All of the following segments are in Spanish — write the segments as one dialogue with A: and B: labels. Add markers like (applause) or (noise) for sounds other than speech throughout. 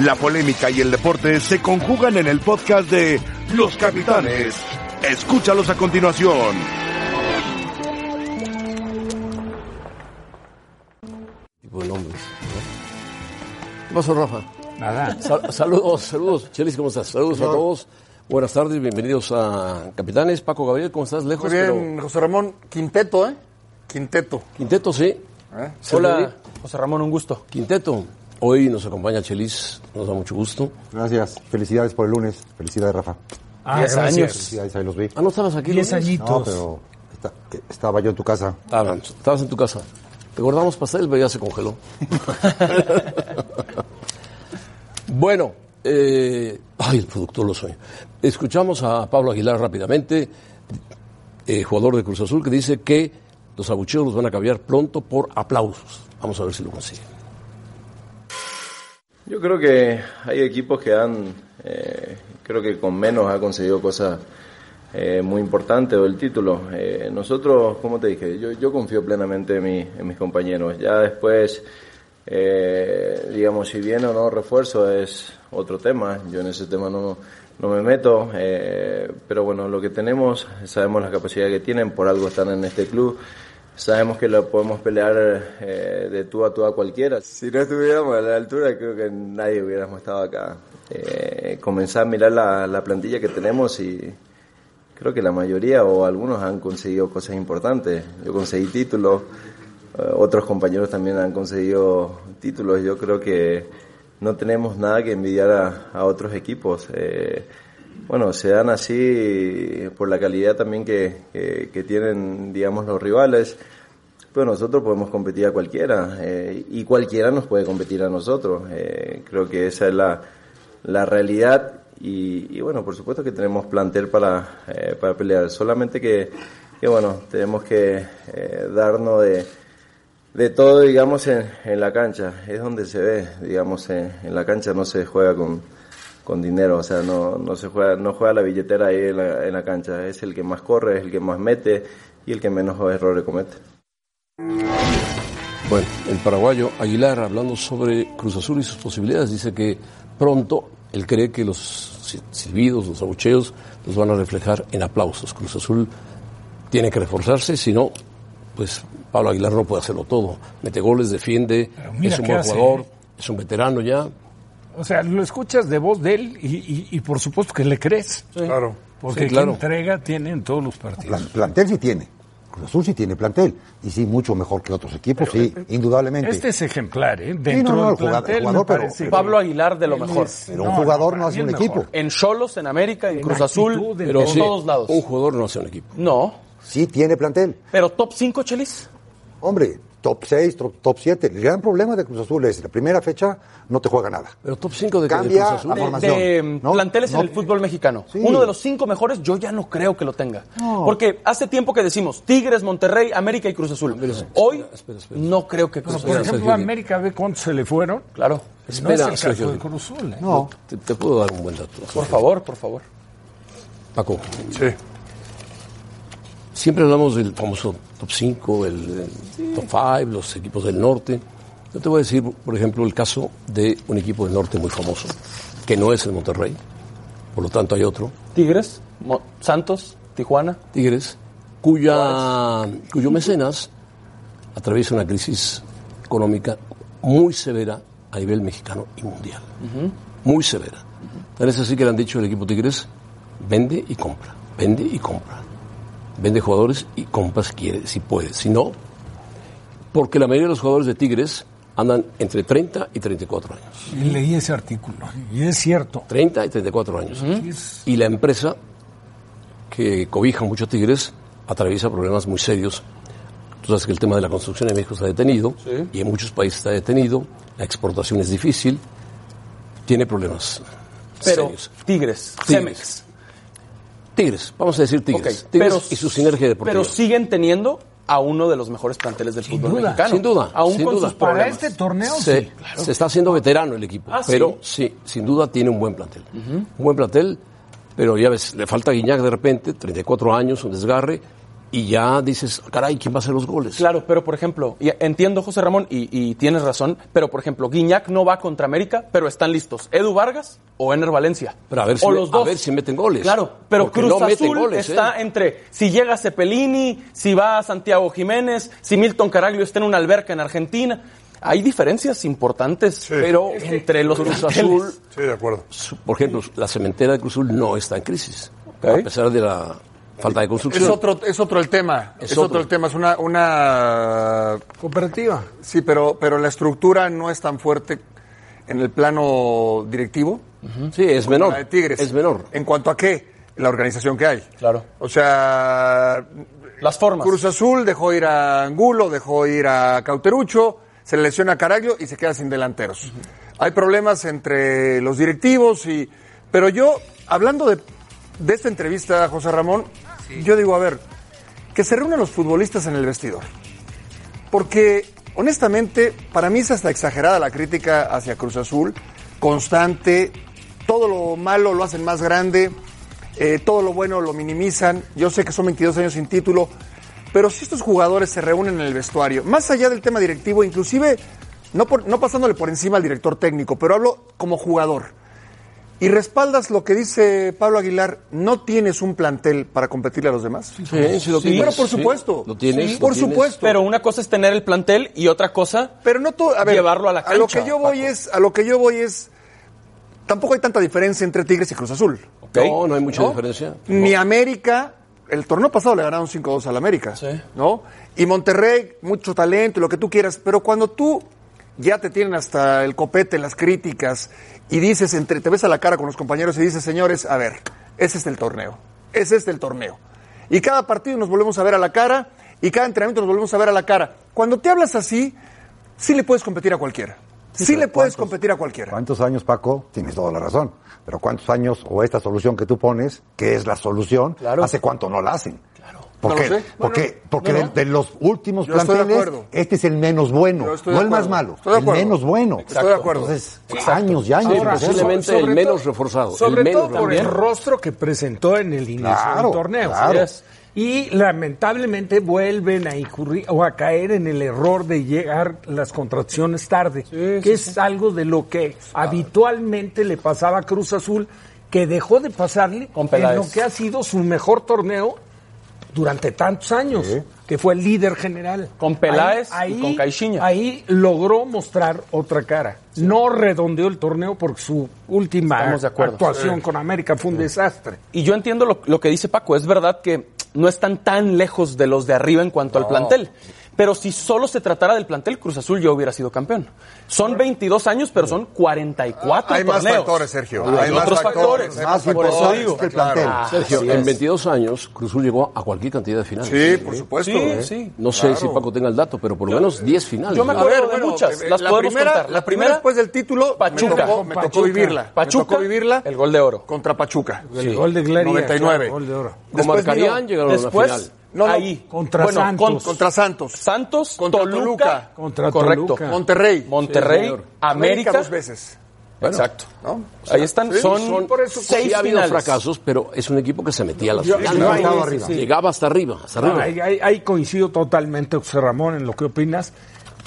A: La polémica y el deporte se conjugan en el podcast de Los Capitanes. Escúchalos a continuación.
B: Tipo de nombres. ¿no? ¿Qué pasó, Rafa? Nada. saludos, saludos. Chelis, ¿cómo estás? Saludos a
C: Señor.
B: todos. Buenas tardes, bienvenidos a Capitanes. Paco Gabriel, ¿cómo estás? Lejos,
C: Muy bien, José Ramón, quinteto, ¿eh? Quinteto. ¿Eh?
B: pero... Quinteto, sí.
D: Hola, José Ramón, un gusto.
B: Quinteto. Hoy nos acompaña Chelis, nos da mucho gusto.
E: Gracias. Felicidades por el lunes. Felicidades, Rafa.
D: Ah,
E: Diez
D: gracias.
E: Felicidades, ahí los vi.
B: Ah, ¿no estabas aquí?
D: Diez
B: Luis?
D: añitos. Ah.
E: No, pero esta- que- estaba yo en tu casa.
B: Estabas, Ah, estabas en tu casa. Te guardamos pastel, pero ya se congeló. bueno, eh, ay, el productor lo soy. Escuchamos a Pablo Aguilar rápidamente, eh, jugador de Cruz Azul, que dice que los abucheos los van a cambiar pronto por aplausos. Vamos a ver si lo consigue.
F: Yo creo que hay equipos que han, eh, creo que con menos ha conseguido cosas eh, muy importantes o el título. Eh, nosotros, como te dije, yo, yo confío plenamente en, mi- en mis compañeros. Ya después, eh, digamos, si viene o no refuerzo es otro tema. Yo en ese tema no, no me meto. eh, pero bueno, lo que tenemos, sabemos las capacidades que tienen, por algo están en este club. Sabemos que lo podemos pelear eh, de tú a tú a cualquiera. Si no estuviéramos a la altura, creo que nadie hubiéramos estado acá. Eh, comenzar a mirar la, la plantilla que tenemos y creo que la mayoría o algunos han conseguido cosas importantes. Yo conseguí títulos, eh, otros compañeros también han conseguido títulos. Yo creo que no tenemos nada que envidiar a, a otros equipos. Eh, bueno, se dan así por la calidad también que, que- que tienen, digamos, los rivales. Pero nosotros podemos competir a cualquiera eh, y cualquiera nos puede competir a nosotros. Eh, creo que esa es la, la realidad y, y bueno, por supuesto que tenemos plantel para, eh, para pelear. Solamente que, que, bueno, tenemos que eh, darnos de, de todo, digamos, en, en la cancha. Es donde se ve, digamos, en, en la cancha no se juega con, con dinero, o sea, no, no se juega, no juega la billetera ahí en la, en la cancha. Es el que más corre, es el que más mete y el que menos errores comete.
B: Bueno, el paraguayo Aguilar, hablando sobre Cruz Azul y sus posibilidades, dice que pronto él cree que los si- silbidos, los abucheos, los van a reflejar en aplausos. Cruz Azul tiene que reforzarse, si no, pues Pablo Aguilar no puede hacerlo todo. Mete goles, defiende,
G: Pero mira
B: es un
G: qué
B: buen
G: hace. ¿eh?
B: jugador, es un veterano ya.
G: O sea, lo escuchas de voz de él y, y- y por supuesto que le crees.
C: Claro.
G: Porque
B: Sí, claro.
G: qué entrega tiene en todos los partidos.
E: Plan- plantel sí tiene. Cruz Azul sí tiene plantel. Y sí, mucho mejor que otros equipos, sí, indudablemente.
G: Este es ejemplar, ¿eh? Dentro
E: no, no,
G: del
E: el jugador-
G: plantel,
E: jugador,
G: me
E: pero-
G: parece.
D: Pablo Aguilar de lo mejor.
E: Pero un jugador no hace
G: para mí
E: un
G: el mejor.
E: equipo.
D: En Cholos, en América, en Cruz Azul,
G: actitud, en
D: en
B: Pero sí,
D: todos lados.
B: un jugador no hace un equipo.
D: No,
E: Sí tiene plantel.
D: pero top 5, Chelis.
E: Hombre, top 6, top 7. El gran problema de Cruz Azul es la primera fecha no te juega nada.
B: Pero top 5 de, de
E: Cambia
B: Cruz Azul.
E: a forma- Formación,
D: de mm,
E: ¿no?
D: planteles
E: No.
D: en el fútbol mexicano.
E: Sí.
D: Uno de los cinco mejores, yo ya no creo que lo tenga. Porque hace tiempo que decimos Tigres, Monterrey, América y Cruz Azul. Hoy
B: espera, espera.
D: no creo que
G: Pero,
D: Cruz
G: por
D: Azul.
B: Sergio
G: ejemplo, a América ve cuántos se le fueron.
D: Claro.
G: no es el
B: Espera,
G: caso
B: Sergio.
G: de Cruz Azul, ¿eh?
E: No.
B: Te, te puedo dar un buen dato.
D: Por favor, por favor.
B: Paco,
C: Sí.
B: Siempre hablamos del famoso top 5, el, el top 5, los equipos del norte. Yo te voy a decir, por ejemplo, el caso de un equipo del norte muy famoso, que no es el Monterrey, por lo tanto hay otro,
D: Tigres, Mo- Santos, Tijuana.
B: Tigres, cuya, cuyo mecenas atraviesa una crisis económica muy severa a nivel mexicano y mundial. Muy severa. Tan es así que le han dicho al equipo Tigres, vende y compra, vende y compra. Vende jugadores y compras quiere, si puede. Si no, porque la mayoría de los jugadores de Tigres andan entre 30 y 34 años.
G: Y leí ese artículo. Y es cierto.
B: 30 y 34 años. Y la empresa que cobija muchos tigres atraviesa problemas muy serios. Tú sabes que el tema de la construcción en México está detenido y en muchos países está detenido. La exportación es difícil. Tiene problemas
D: Pero
B: serios.
D: Tigres,
B: Tigres.
D: Cemex.
B: Tigres, vamos a decir
D: Ok,
B: tigres. Tigres
D: pero-
B: y su sinergia deportiva.
D: Pero siguen teniendo a uno de los mejores planteles del fútbol
G: duda,
D: mexicano.
B: sin duda,
D: Aún
B: sin
D: con
B: duda.
D: sus
G: Para
D: problemas.
G: este torneo,
B: se,
G: sí.
B: se está haciendo veterano el equipo,
D: Ah,
B: pero ¿sí? sin duda tiene un buen plantel. Un buen plantel, pero ya ves, le falta Guiñac de repente, 34 años, un desgarre, y ya dices, caray, ¿quién va a hacer los goles?
D: Claro, pero por ejemplo, y entiendo José Ramón y, y tienes razón, pero por ejemplo, Guiñac no va contra América, pero están listos. Edu Vargas o Ener Valencia.
B: Pero a ver si
D: o
B: me-
D: los
B: a
D: dos.
B: ver si meten goles.
D: Claro, pero
B: Porque
D: Cruz
B: no meten
D: Azul
B: goles, ¿eh?
D: está entre si llega Cepelini, si va Santiago Jiménez, si Milton Caraglio está en una alberca en Argentina. Hay diferencias importantes pero entre los
B: Cruz
D: planteles.
B: Azul,
H: Sí, de acuerdo.
B: su- por ejemplo, la cementera de Cruz Azul no está en crisis, a pesar de la falta de
C: Es
B: construcción.
C: otro, es otro el tema.
B: Es
C: Es, otro.
B: otro.
C: el tema. Es una, una.
H: Cooperativa.
C: Sí, pero, pero la estructura no es tan fuerte en el plano directivo.
B: Sí, es
C: como
B: menor.
C: la de Tigres.
B: Es menor.
C: ¿En cuanto a qué? La organización que hay.
D: Claro.
C: O sea,
D: Las formas.
C: Cruz Azul dejó ir a Angulo, dejó ir a Cauterucho, se le lesiona a Caraglio y se queda sin delanteros. Hay problemas entre los directivos y. Pero yo, hablando de, de esta entrevista, José Ramón, yo digo, a ver, que se reúnan los futbolistas en el vestidor. Porque, honestamente, para mí es hasta exagerada la crítica hacia Cruz Azul, constante, todo lo malo lo hacen más grande, eh, todo lo bueno lo minimizan, yo sé que son 22 años sin título, pero si estos jugadores se reúnen en el vestuario, más allá del tema directivo, inclusive, no, por- no pasándole por encima al director técnico, pero hablo como jugador, y respaldas lo que dice Pablo Aguilar, ¿no tienes un plantel para competirle a los demás?
B: Sí, sí lo
D: Sí,
B: tienes.
C: Pero por
B: Sí,
C: supuesto.
B: Lo tienes.
C: Sí,
B: lo
C: por
B: tienes.
C: supuesto.
D: Pero una cosa es tener el plantel y otra cosa
C: Pero no todo, a ver,
D: Llevarlo a la
C: lo
D: cancha,
C: que yo voy
D: Paco.
C: es, a lo que yo voy es, tampoco hay tanta diferencia entre Tigres y Cruz Azul.
D: ¿ok?
B: No, no hay mucha diferencia.
C: Ni América, el torneo pasado le ganaron 5-2 al América,
D: Sí.
C: ¿no? Y Monterrey, mucho talento, lo que tú quieras, pero cuando tú ya te tienen hasta el copete, las críticas, y dices, entre, te ves a la cara con los compañeros y dices, señores, a ver, ese es el torneo, ese es el torneo. Y cada partido nos volvemos a ver a la cara, y cada entrenamiento nos volvemos a ver a la cara. Cuando te hablas así, sí le puedes competir a cualquiera. Sí, le puedes competir a cualquiera.
E: ¿Cuántos años, Paco? Tienes toda la razón. Pero ¿cuántos años o esta solución que tú pones, que es la solución,
D: Claro.
E: hace cuánto no la hacen? Claro. ¿Por
C: No
E: qué?
C: lo sé.
E: Porque,
C: No, no.
E: porque
C: No,
E: de-
C: no.
E: De, los últimos
C: Yo estoy de
E: planteles,
C: acuerdo.
E: este es el menos bueno,
C: Yo
E: no
C: estoy de
E: el más
C: acuerdo.
E: malo,
C: Estoy de
E: el
C: acuerdo.
E: menos bueno.
C: Estoy de acuerdo.
E: Entonces, años
D: Ah,
E: y años.
B: Ahora,
E: de proceso.
B: posiblemente
G: sobre
B: el menos reforzado,
G: Sobre
B: el menos
G: todo por el
B: reforzado.
G: rostro que presentó en el inicio
E: Claro,
G: del torneo.
E: claro.
G: ¿sabes? Y lamentablemente vuelven a incurrir o a caer en el error de llegar las contracciones tarde, que es algo de lo que habitualmente le pasaba a Cruz Azul, que dejó de pasarle
D: Con
G: en
D: Peláez.
G: lo que ha sido su mejor torneo durante tantos años, que fue el líder general.
D: Con Peláez y con Caixinha.
G: Ahí logró mostrar otra cara. No redondeó el torneo porque su última
D: Estamos de acuerdo.
G: actuación con América fue un desastre.
D: Y yo entiendo lo, lo que dice Paco, es verdad que no están tan lejos de los de arriba en cuanto al plantel. Pero si solo se tratara del plantel, Cruz Azul yo hubiera sido campeón. Son 22 años, pero son 44
C: Hay más
D: torneos.
C: factores, Sergio.
D: Hay,
C: Hay más
D: otros
C: factores,
D: factores.
C: hay
E: más
D: Por eso
E: importantes
D: digo.
E: que el plantel.
D: Ah,
B: Sergio,
D: así
B: en
D: es.
B: 22 años Cruz Azul llegó a cualquier cantidad de finales. ¿eh?
C: Sí, por supuesto.
D: Sí, sí.
B: No sé si Paco tenga el dato, pero por lo menos 10 finales.
D: yo me
B: ¿no?
D: acuerdo- de muchas,
C: eh,
D: las
C: la
D: podemos
C: primera,
D: contar.
C: La primera después del título,
D: Pachuca.
C: me tocó, me tocó
G: Pachuca.
C: vivirla.
D: Pachuca,
C: me tocó vivirla
D: el gol de oro.
C: contra Pachuca.
G: El gol de Gloria.
C: 99.
G: claro, gol de oro.
B: Con
C: Después
B: Marcarián
C: vino-
B: llegaron
D: Después,
B: a la final.
C: No, no,
D: ahí.
G: contra Santos.
C: Contra Santos.
D: Santos,
C: Contra
D: Toluca,
C: Toluca.
G: Contra
D: correcto.
G: Toluca.
C: Monterrey.
D: Monterrey,
B: señor.
D: América.
C: dos veces.
D: Exacto.
C: ¿no?
D: Ahí están,
C: Sí,
D: son,
C: son-
G: por eso
D: seis
B: Sí ha habido
D: finales.
B: fracasos, pero es un equipo que se metía a las
G: Yo-
B: finales.
G: yo
E: ahí-
B: Llegaba
E: sí,
B: arriba.
E: sí.
B: Llegaba hasta arriba, hasta
G: No,
B: arriba.
G: ahí, ahí- ahí coincido totalmente, José Ramón, en lo que opinas.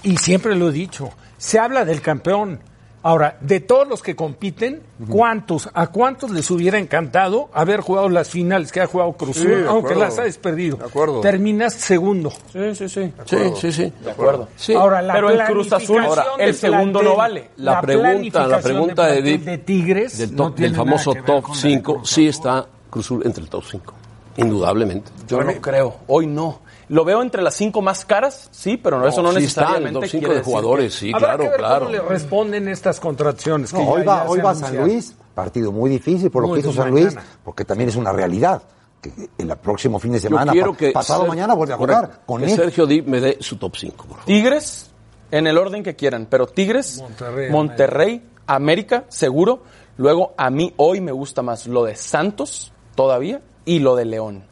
G: Y siempre lo he dicho, se habla del campeón. Ahora, de todos los que compiten, ¿cuántos, a cuántos les hubiera encantado haber jugado las finales que ha jugado Cruz Azul,
C: de
G: aunque
C: acuerdo.
G: las has perdido?
C: De acuerdo.
G: Terminas segundo.
D: Sí, sí, sí.
B: Sí, sí, sí.
D: De acuerdo.
B: Sí.
G: Ahora, la
D: Pero en Cruz Azul,
G: planificación
D: ahora, el
G: del
D: segundo
G: plantel,
D: no vale.
B: La pregunta- la
G: planificación
B: pregunta
G: del
B: de
G: plantel
B: Edith,
G: de Tigres
B: Del,
G: no
B: top- del
G: tiene nada
B: famoso
G: que ver
B: top
G: con la de
B: 5,
G: Cruz
B: sí está Cruz Azul entre el top 5, indudablemente.
D: Yo no creo, hoy no. Lo veo entre las cinco más caras, sí, pero no, eso no
B: sí está en
D: necesariamente
B: el top 5
D: quiere
B: de
D: decir
B: jugadores, sí,
G: Habrá
B: claro,
G: que ver
B: claro.
G: cómo le responden estas contracciones. que
E: No,
G: ya-
E: hoy
G: ya
E: va,
G: se
E: hoy va San
G: anunciaron.
E: Luis, partido muy difícil por lo
G: Muy
E: que hizo
G: difícil
E: San Luis,
G: mañana.
E: porque también es una realidad. Que el próximo fin de semana,
B: quiero
E: pa-
B: que
E: pasado
B: Ser-
E: mañana vuelve a jugar
B: Correcto.
E: con
B: Que
E: él.
B: Sergio Di me dé su top 5, por
D: que-
B: favor.
D: Tigres, en el orden que quieran, pero Tigres,
G: Monterrey,
D: Monterrey, América, seguro. Luego, a mí hoy me gusta más lo de Santos, todavía, y lo de León,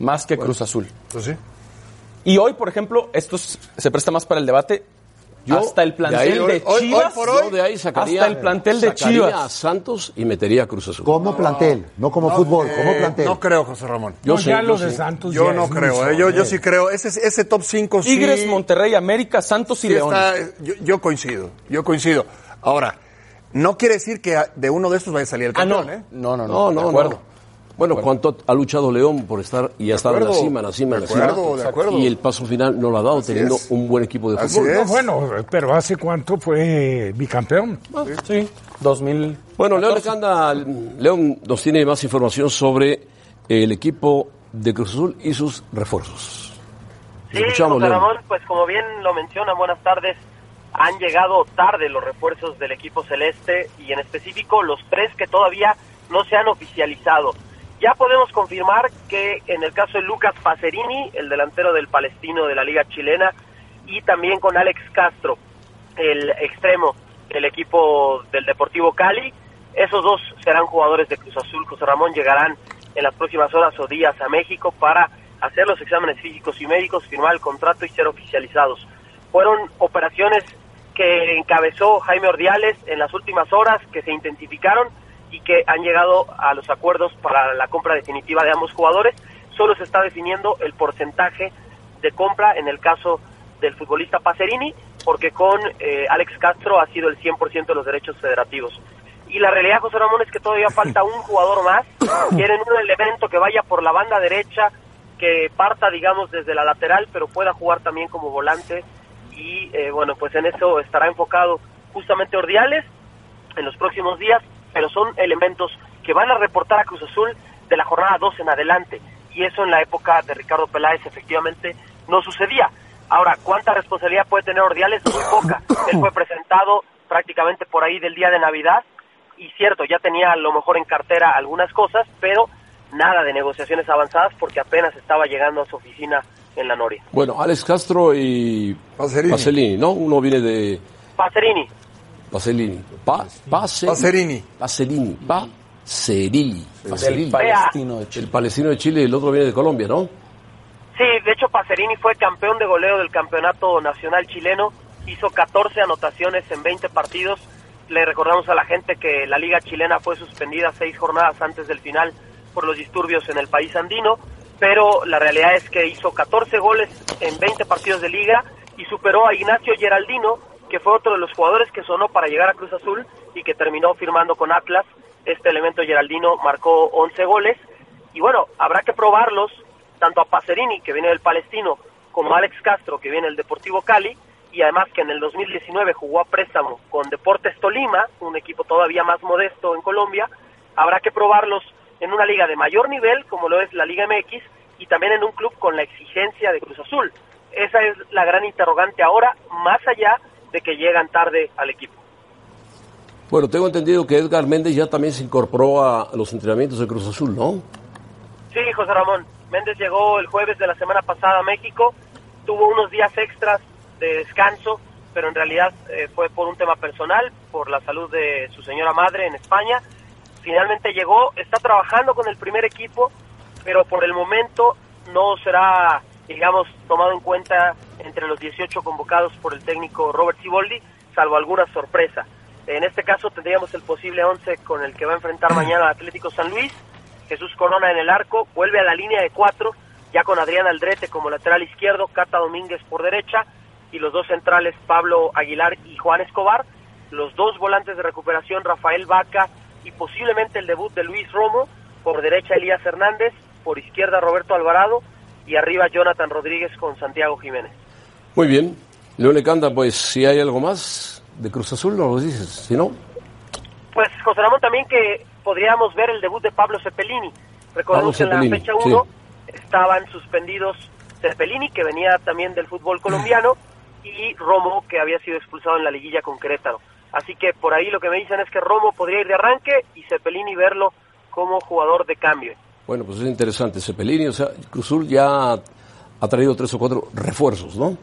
D: más que Cruz Azul.
C: pues
H: Entonces, sí.
D: Y hoy, por ejemplo, esto es- se presta más para el debate. hasta el plantel de, Chivas.
B: yo de ahí sacaría,
D: hasta el plantel de
B: sacaría a
D: Chivas.
B: Santos y metería a Cruz Azul.
E: Como plantel, no como fútbol, como
C: Eh,
E: plantel.
C: no creo, José Ramón.
B: Yo
G: No,
B: sé,
G: ya
B: yo
G: los
B: sé.
G: de Santos.
C: Yo
G: ya
C: no
G: es
C: creo,
G: mucho,
C: eh, yo, yo sí creo. Ese, ese top 5 sí.
D: Tigres, Monterrey, América, Santos y
C: sí
D: León.
C: está- eh, yo, yo coincido, yo coincido. Ahora, no quiere decir que a- de uno de estos vaya a salir el
D: Ah, no.
C: campeón, ¿eh?
D: no, no,
B: No,
D: no,
B: no,
D: de acuerdo.
B: no. Bueno, cuánto ha luchado León por estar y ha estado en la
C: acuerdo,
B: cima, en la cima, en la
C: de
B: cima.
C: acuerdo, de acuerdo.
B: Y el paso final no lo ha dado, teniendo
C: es.
B: un buen equipo de
C: Así
B: fútbol.
G: No,
C: es.
G: bueno, pero ¿hace cuánto fue bicampeón?
D: Ah, sí, 2000.
B: Bueno, León, le anda- León nos tiene más información sobre el equipo de Cruz Azul y sus refuerzos.
H: Sí, José Ramón, pues como bien lo menciona, buenas tardes. Han llegado tarde los refuerzos del equipo celeste y en específico los tres que todavía no se han oficializado. Ya podemos confirmar que en el caso de Lucas Pacerini, el delantero del Palestino de la Liga Chilena, y también con Alex Castro, el extremo del equipo del Deportivo Cali. Esos dos serán jugadores de Cruz Azul. José Ramón llegarán en las próximas horas o días a México para hacer los exámenes físicos y médicos, firmar el contrato y ser oficializados. Fueron operaciones que encabezó Jaime Ordiales en las últimas horas, que se intensificaron y que han llegado a los acuerdos para la compra definitiva de ambos jugadores. Solo se está definiendo el porcentaje de compra en el caso del futbolista Pacerini, porque con eh, Alex Castro ha sido el 100% de los derechos federativos. Y la realidad, José Ramón, es que todavía falta un jugador más. Quieren un elemento que vaya por la banda derecha, que parta, digamos, desde la lateral, pero pueda jugar también como volante. Y eh, bueno, pues en eso estará enfocado justamente Ordiales en los próximos días, pero son elementos que van a reportar a Cruz Azul de la jornada 2 en adelante. Y eso en la época de Ricardo Peláez efectivamente no sucedía. Ahora, ¿cuánta responsabilidad puede tener Ordiales? Muy poca. Él fue presentado prácticamente por ahí del día de Navidad y cierto, ya tenía a lo mejor en cartera algunas cosas, pero nada de negociaciones avanzadas porque apenas estaba llegando a su oficina en la Noria.
B: Bueno, Alex Castro y
C: Pacerini.
B: ¿no? Uno viene de
H: Pacerini,
B: Pacelini. Pa, Pace-
C: Pacerini.
B: Pacerini. Pacerini.
D: Del
B: Pacerini.
D: Mm. Palestino de Chile.
B: El palestino de Chile y el otro viene de Colombia, ¿no?
H: Sí, de hecho Pacerini fue campeón de goleo del campeonato nacional chileno, hizo 14 anotaciones en 20 partidos. Le recordamos a la gente que la liga chilena fue suspendida seis jornadas antes del final por los disturbios en el país andino, pero la realidad es que hizo 14 goles en 20 partidos de liga y superó a Ignacio Geraldino, que fue otro de los jugadores que sonó para llegar a Cruz Azul y que terminó firmando con Atlas. Este elemento Geraldino marcó 11 goles y bueno, habrá que probarlos, tanto a Pacerini, que viene del Palestino, como a Alex Castro, que viene del Deportivo Cali, y además que en el 2019 jugó a préstamo con Deportes Tolima, un equipo todavía más modesto en Colombia. Habrá que probarlos en una liga de mayor nivel, como lo es la Liga MX, y también en un club con la exigencia de Cruz Azul. Esa es la gran interrogante ahora, más allá de que llegan tarde al equipo.
B: Bueno, tengo entendido que Edgar Méndez ya también se incorporó a los entrenamientos de Cruz Azul, ¿no?
H: Sí, José Ramón. Méndez llegó el jueves de la semana pasada a México. Tuvo unos días extras de descanso, pero en realidad eh, fue por un tema personal, por la salud de su señora madre en España. Finalmente llegó, está trabajando con el primer equipo, pero por el momento no será, digamos, tomado en cuenta entre los 18 convocados por el técnico Robert Ciboldi, salvo alguna sorpresa. En este caso tendríamos el posible 11 con el que va a enfrentar mañana al Atlético San Luis, Jesús Corona en el arco, vuelve a la línea de cuatro, ya con Adrián Aldrete como lateral izquierdo, Cata Domínguez por derecha y los dos centrales Pablo Aguilar y Juan Escobar, los dos volantes de recuperación Rafael Vaca y posiblemente el debut de Luis Romo, por derecha Elías Hernández, por izquierda Roberto Alvarado y arriba Jonathan Rodríguez con Santiago Jiménez.
B: Muy bien. León Lecanda, pues si hay algo más de Cruz Azul, nos lo dices. Si no,
H: Pues José Ramón también que podríamos ver el debut de Pablo Cepelini.
B: Pablo
H: Recordemos que en la
B: Cepelini,
H: fecha
B: sí.
H: 1 estaban suspendidos Cepelini, que venía también del fútbol
B: (clears throat)
H: colombiano, y Romo, que había sido expulsado en la liguilla con Querétaro. Así que por ahí lo que me dicen es que Romo podría ir de arranque y Cepelini verlo como jugador de cambio.
B: bueno, pues es interesante. Cepelini, o sea, Cruz Azul ya ha traído tres o cuatro refuerzos, ¿no?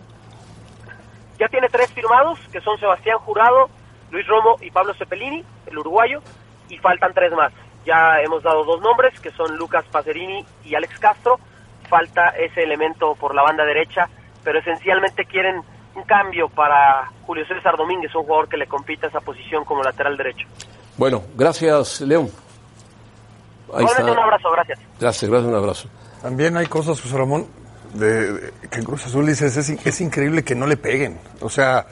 H: Ya tiene tres firmados, que son Sebastián Jurado, Luis Romo y Pablo Cepelini, el uruguayo, y faltan tres más. Ya hemos dado dos nombres, que son Lucas Pacerini y Alex Castro. Falta ese elemento por la banda derecha, pero esencialmente quieren un cambio para Julio César Domínguez, un jugador que le compita esa posición como lateral derecho.
B: Bueno, gracias, León. Ahí
H: Igualmente,
B: está.
H: un abrazo, gracias.
B: Gracias, gracias, un abrazo.
C: También hay cosas, José Ramón, de, de- que en Cruz Azul dices, es, in- es increíble que no le peguen. O sea,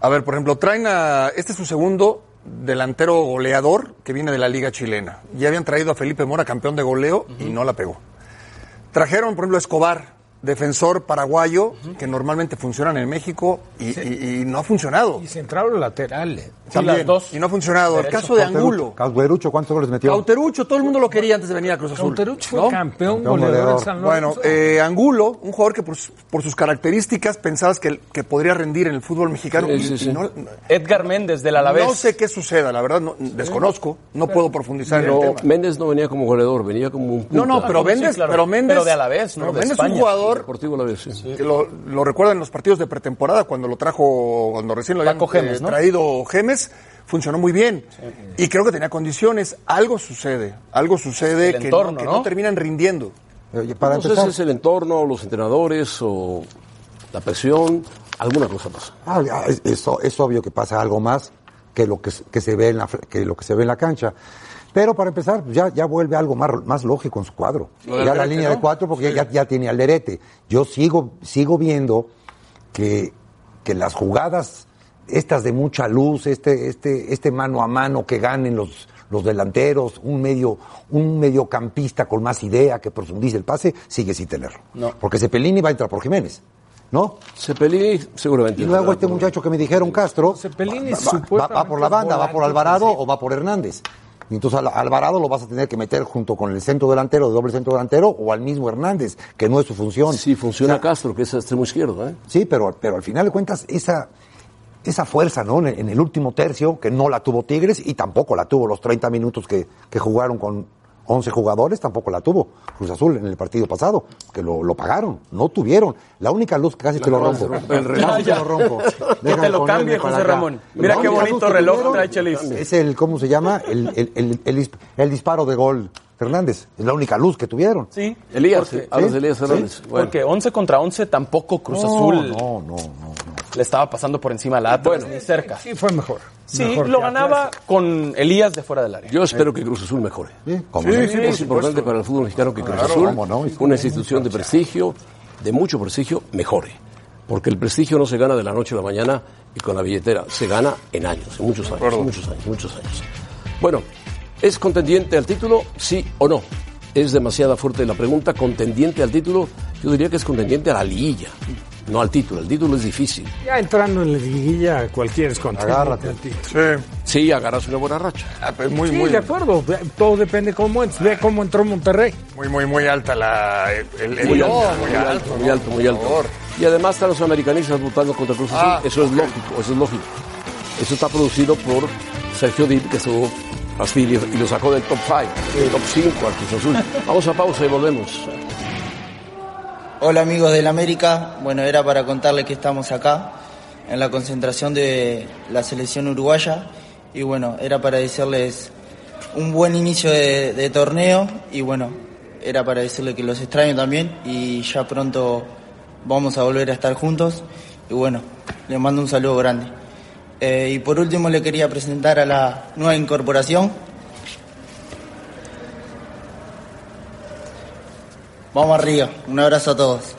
C: a ver, por ejemplo, traen a... Este es su segundo delantero goleador que viene de la liga chilena. Ya habían traído a Felipe Mora, campeón de goleo, y no la pegó. Trajeron, por ejemplo, a Escobar, defensor paraguayo, que normalmente funcionan en México, y, y- y no ha funcionado.
G: Y central o lateral. eh.
C: También, Y no ha funcionado.
G: Derecho.
C: El caso de Angulo.
E: Cauterucho, ¿cuántos goles metió?
C: Cauterucho, todo el mundo lo quería antes de venir a Cruz Azul.
G: Cauterucho fue
C: ¿no?
G: campeón
E: Campeón
G: goleador en
E: goleador.
G: San
C: Bueno,
G: Lorenzo.
C: eh, Angulo, un jugador que por, su- por sus características pensabas que, que podría rendir en el fútbol mexicano.
B: Sí,
C: y-
B: sí,
C: y
B: sí.
C: no,
D: Edgar Méndez del
C: no
D: Alavés.
C: sé qué suceda, la verdad, no- desconozco, no puedo profundizar en
B: Pero
C: el tema.
B: Méndez no venía como goleador, venía como un punta.
C: No, no, pero
D: Ah, sí,
C: Méndez,
D: claro.
C: pero Méndez,
D: Pero de Alavés, ¿no?
C: pero
D: De
C: Méndez es
D: España.
C: un jugador
B: Deportivo a la vez, sí.
C: que lo, lo recuerdan en los partidos de pretemporada cuando lo trajo, cuando recién lo habían
D: Paco Gemes,
C: eh,
D: ¿no?
C: traído Gemes, funcionó muy bien. Y creo que tenía condiciones. Algo sucede, algo sucede
D: El
C: que,
D: entorno,
C: no, que
D: ¿no?
C: no terminan rindiendo.
E: Eh, Para
B: no sé
E: empezar,
B: si es el entorno, los entrenadores o la presión, alguna cosa pasa.
E: Ah, ya, es, es o- es obvio que pasa algo más que lo que, se- que se ve en la fr- que lo que se ve en la cancha. Pero para empezar, pues ya, ya vuelve algo más, más lógico en su cuadro.
C: del
E: Ya la
C: Alderete,
E: línea
C: ¿no?
E: de cuatro, porque ya, ya tiene alderete. Yo sigo, sigo viendo que, que las jugadas, estas de mucha luz, este, este, este mano a mano que ganen los, los delanteros, un medio, un mediocampista con más idea que profundice el pase, sigue sin tenerlo. Porque Cepelini va a entrar por Jiménez, ¿no?
B: Cepelini seguramente.
E: Y luego
B: entrará
E: este
B: por-
E: muchacho que me dijeron, Castro,
G: Cepelini
E: va- va- va,
G: supuestamente
E: va por la banda, va por
G: volante,
E: Alvarado
G: sí.
E: o va por Hernández. Y Entonces al- Alvarado lo vas a tener que meter junto con el centro delantero, doble centro delantero, o al mismo Hernández, que no es su función.
B: Sí, funciona
E: O sea,
B: Castro, que es extremo izquierdo, ¿eh?
E: Sí, pero, pero al final de cuentas, esa, esa fuerza, ¿no? En el, en el último tercio, que no la tuvo Tigres y tampoco la tuvo los 30 minutos que, que jugaron con 11 jugadores, tampoco la tuvo Cruz Azul en el partido pasado, que lo, lo pagaron, no tuvieron. La única luz que casi te lo rompo.
B: El reloj.
E: Casi te lo rompo.
D: (laughs) Que te
E: Dejan
D: lo
E: ponerme
D: cambie,
E: para
D: José
E: acá.
D: Ramón. Mira
E: La
D: qué
E: única
D: bonito
E: luz que
D: reloj
E: tuvieron
D: trae Chelis.
E: Es el, ¿cómo se llama? El, el- el- el dis- el disparo de gol de Hernández. Es la única luz que tuvieron.
D: Sí.
B: Elías,
D: porque,
B: hablas
E: sí,
B: de Elías Hernández. Bueno.
D: porque 11 contra 11 tampoco Cruz
E: No,
D: Azul
E: No, no, no. no.
D: le estaba pasando por encima a la Atlas, ni cerca.
G: Sí, fue mejor.
D: Sí,
G: Mejor
D: lo
G: que Atlas.
D: ganaba con Elías de fuera del área.
B: Yo espero que Cruz Azul mejore.
E: Sí, cómo no.
B: es importante para el fútbol mexicano que Cruz Azul,
E: cómo no, y cómo
B: una institución de prestigio, de mucho prestigio, mejore. Porque el prestigio no se gana de la noche a la mañana y con la billetera, se gana en años, en muchos años, muchos años, muchos años. Bueno, ¿es contendiente al título? Sí o no. Es demasiada fuerte la pregunta. Contendiente al título, yo diría que es contendiente a la liguilla, no al título. El título es difícil.
G: Ya entrando en la liguilla, cualquier es contento.
E: Agárrate.
C: Sí,
B: Sí, agarras una buena racha.
C: ah, pues muy,
G: Sí,
C: muy,
G: de acuerdo. Todo depende cómo entra. Ve cómo entró Monterrey.
C: muy, muy, muy alta la... El, el- el-
B: Muy
C: no,
B: alto,
C: muy alto,
B: muy alto, muy alto. Y además están los americanistas votando contra Cruz Azul.
C: Ah,
B: eso es lógico, eso es lógico. Eso está producido por Sergio Dip, que estuvo fastidio y lo sacó del top 5, del top 5 al Cruz Azul. Vamos a pausa y volvemos.
I: Hola amigos del América, bueno, era para contarles que estamos acá en la concentración de la selección uruguaya y bueno, era para decirles un buen inicio de, de torneo y bueno, era para decirles que los extraño también y ya pronto vamos a volver a estar juntos y bueno, les mando un saludo grande. Eh, y por último le quería presentar a la nueva incorporación. Vamos arriba, un abrazo a todos.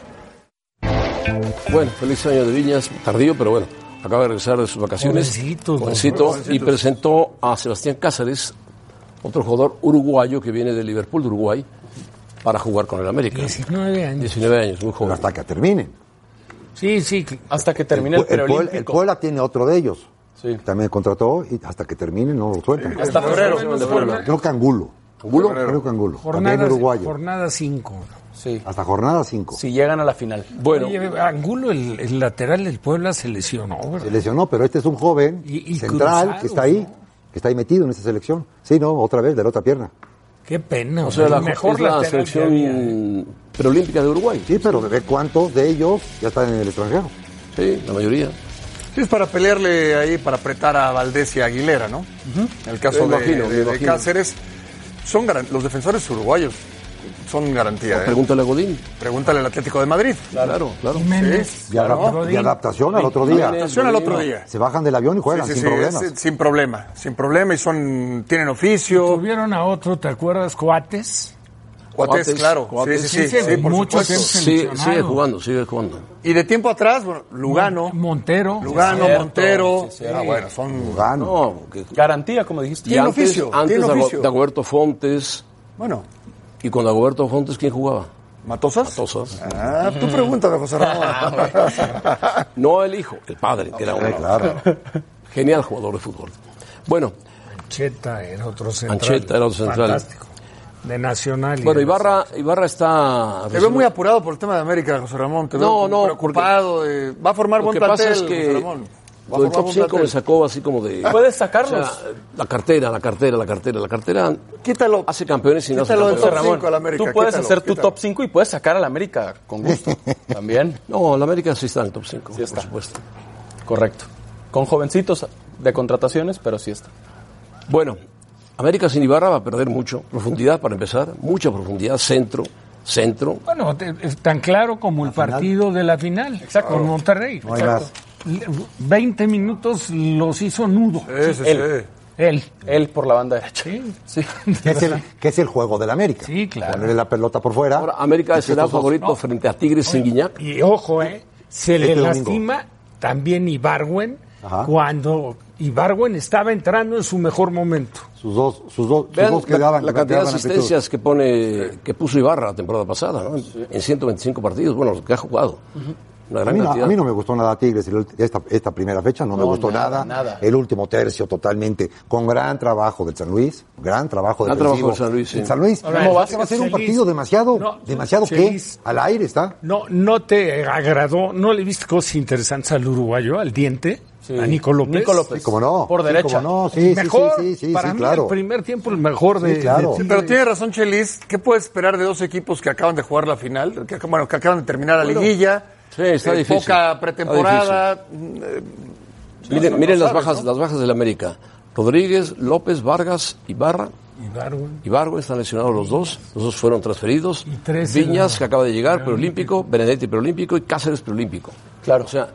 B: Bueno, feliz año de Viñas, tardío, pero bueno, acaba de regresar de sus vacaciones.
G: Jovencito, don.
B: Jovencito, y presentó a Sebastián Cáceres, otro jugador uruguayo que viene de Liverpool, de Uruguay, para jugar con el América.
G: 19 años.
B: 19 años, muy joven.
E: Hasta que terminen.
G: Sí, sí.
D: Hasta que termine el,
E: Pue- Puebla- el
D: preolímpico.
E: Puebla tiene otro de ellos.
D: Sí.
E: También contrató y hasta que termine no lo sueltan.
D: Hasta febrero.
G: Menos jornada-
E: Creo que Angulo.
B: Angulo.
E: Creo que Angulo. También
G: Jornada,
E: uruguayo.
G: jornada 5.
D: Sí.
E: Hasta jornada 5.
D: Si llegan a la final.
B: Bueno,
G: Angulo, el, el lateral del Puebla, se lesionó. ¿verdad?
E: Se lesionó, pero este es un joven
G: Y- y
E: central
G: cruzado,
E: que está ahí,
G: ¿no?
E: que está ahí metido en esa selección. Sí, no, otra vez, de la otra pierna.
G: Qué pena.
B: O sea,
G: el
B: la,
G: mejor
B: es la
G: lateral que había. ¿eh?
B: selección preolímpica de Uruguay.
E: Sí, pero ve cuántos de ellos ya están en el extranjero.
B: Sí, la mayoría.
C: Sí, es para pelearle ahí, para apretar a Valdés y a Aguilera, ¿no? En el caso de-
B: Me imagino,
C: de,
B: me
C: de
B: imagino.
C: Cáceres. Son garan- los defensores uruguayos son garantía. ¿eh?
B: Pregúntale a Godín.
C: Pregúntale al Atlético de Madrid.
B: Claro, claro.
E: Y, adap- y adaptación al otro día.
C: Adaptación al otro día.
E: Se bajan del avión y juegan
C: Sí, sí,
E: sin
C: sí,
E: problemas.
C: es- sin problema, sin problema y son tienen oficio,
G: Tuvieron a otro, ¿te acuerdas? Coates.
C: cuates,
B: Cuates,
C: claro,
B: cuates.
C: sí, sí, sí,
G: Sí, sí,
C: sí, por
G: muchos
C: supuesto.
G: siempre.
B: Sí,
G: Seleccionado.
B: sigue jugando, sigue jugando.
C: Y de tiempo atrás, bueno, Lugano,
G: Montero.
C: Lugano,
D: cierto,
C: Montero,
D: sí, cierto.
C: ah, bueno, son
E: Gano.
B: No, que-
D: Eh, Garantía, como dijiste.
B: y
C: Tiene
B: antes,
C: oficio,
B: antes
C: tiene
B: Dago-
C: oficio.
B: Dagoberto Fontes.
C: bueno,
B: ¿Y con Dagoberto Fontes quién jugaba?
C: ¿Matosas?
B: Matosas.
C: Ah, tu pregunta de José Ramón.
B: No el hijo, el padre, que era
E: Eh,
B: un
E: claro.
B: genial jugador de fútbol. Bueno,
G: Ancheta era otro central.
B: Ancheta era otro central.
G: Fantástico. De Nacional. Eh, y
B: bueno
G: de-
B: Ibarra, Ibarra está...
C: Te veo muy apurado por el tema de América, José Ramón. Te veo
B: No, no,
C: preocupado. de- Va a formar
B: Lo
C: buen
B: que pasa
C: plantel,
B: es que
C: José Ramón. Va a
B: lo
C: formar
B: del top
C: buen
B: 5 me
C: plantel.
B: sacó así como de...
D: ¿Puedes sacarlos?
B: O sea, la cartera, la cartera, la cartera, la cartera.
C: Quítalo.
B: Hace campeones y no hace
C: Quítalo del
B: campeones.
C: top
D: Ramón,
C: cinco al América,
D: tú puedes
C: quítalo,
D: hacer tu
C: quítalo.
D: top 5 y puedes sacar al América con
B: (laughs)
D: gusto. También,
B: No, la América sí está en el top 5,
D: Sí está.
B: por supuesto.
D: correcto. Con jovencitos de contrataciones, pero sí está.
B: Bueno, América sin Ibarra va a perder mucho. Profundidad para empezar, mucha profundidad, centro, centro.
G: Bueno, te- es tan claro como el partido de la final con Monterrey.
E: No hay
G: Exacto. Le- 20 minutos los hizo nudo.
C: Sí, sí,
D: Él.
C: sí.
G: Él.
D: Él por la banda derecha.
G: Sí.
D: Sí.
E: Que es el, que es el juego del América.
G: Sí, claro.
E: Ponerle la pelota por fuera.
B: Ahora, América
E: Y que
B: será
E: estos dos-
B: favorito frente a Tigres sin Guiñac.
G: Y ojo, ¿eh? Se le
E: Este domingo.
G: lastima también Ibarwen
E: Ajá.
G: cuando Ibarwen estaba entrando en su mejor momento.
E: Sus dos, sus dos, sus
B: Vean
E: dos que
B: la,
E: daban-
B: la
E: que
B: cantidad de
E: daban amplitud.
B: asistencias que pone que puso Ibarra la temporada pasada, ¿no? En 125 partidos, bueno, los que ha jugado. Una
E: A
B: gran
E: mí, no,
B: cantidad.
E: a mí no me gustó nada Tigres el ulti- esta, esta primera fecha, no, me gustó
D: nada,
E: nada,
D: nada.
E: El último tercio totalmente, con gran trabajo del San Luis, gran trabajo del
B: Gran trabajo del San Luis, sí.
E: San Luis.
G: Ahora,
E: ¿Cómo va?
G: Chelis-
E: a ser un partido demasiado,
G: No,
E: demasiado qué?
G: Chelis.
E: Al aire está.
G: No, no te agradó, no le viste cosas interesantes al uruguayo, al diente, a Nico López.
D: Nico López.
E: Sí, cómo no.
D: Por
E: Sí,
D: derecha.
E: cómo no. Sí, sí,
G: mejor,
E: sí, sí, sí,
G: para
E: sí,
G: mí
E: claro.
G: el primer tiempo el mejor de,
E: Sí, claro.
G: de
E: Sí,
C: Pero tiene razón Chelis, ¿qué puedes esperar de dos equipos que acaban de jugar la final? Que, ac- bueno, que acaban de terminar la liguilla. Eh,
B: sí, está difícil,
C: Poca
B: está
C: pretemporada. Mm, eh,
B: Miren, miren las bajas, las bajas del América. Rodríguez, López, Vargas, Ibarra,
G: Ibarwen.
B: Ibargo están lesionados los dos, los dos fueron transferidos.
G: Y tres en
B: Viñas,
G: la-
B: que acaba de llegar, preolímpico, Benedetti preolímpico y Cáceres preolímpico.
D: Claro.
B: O sea,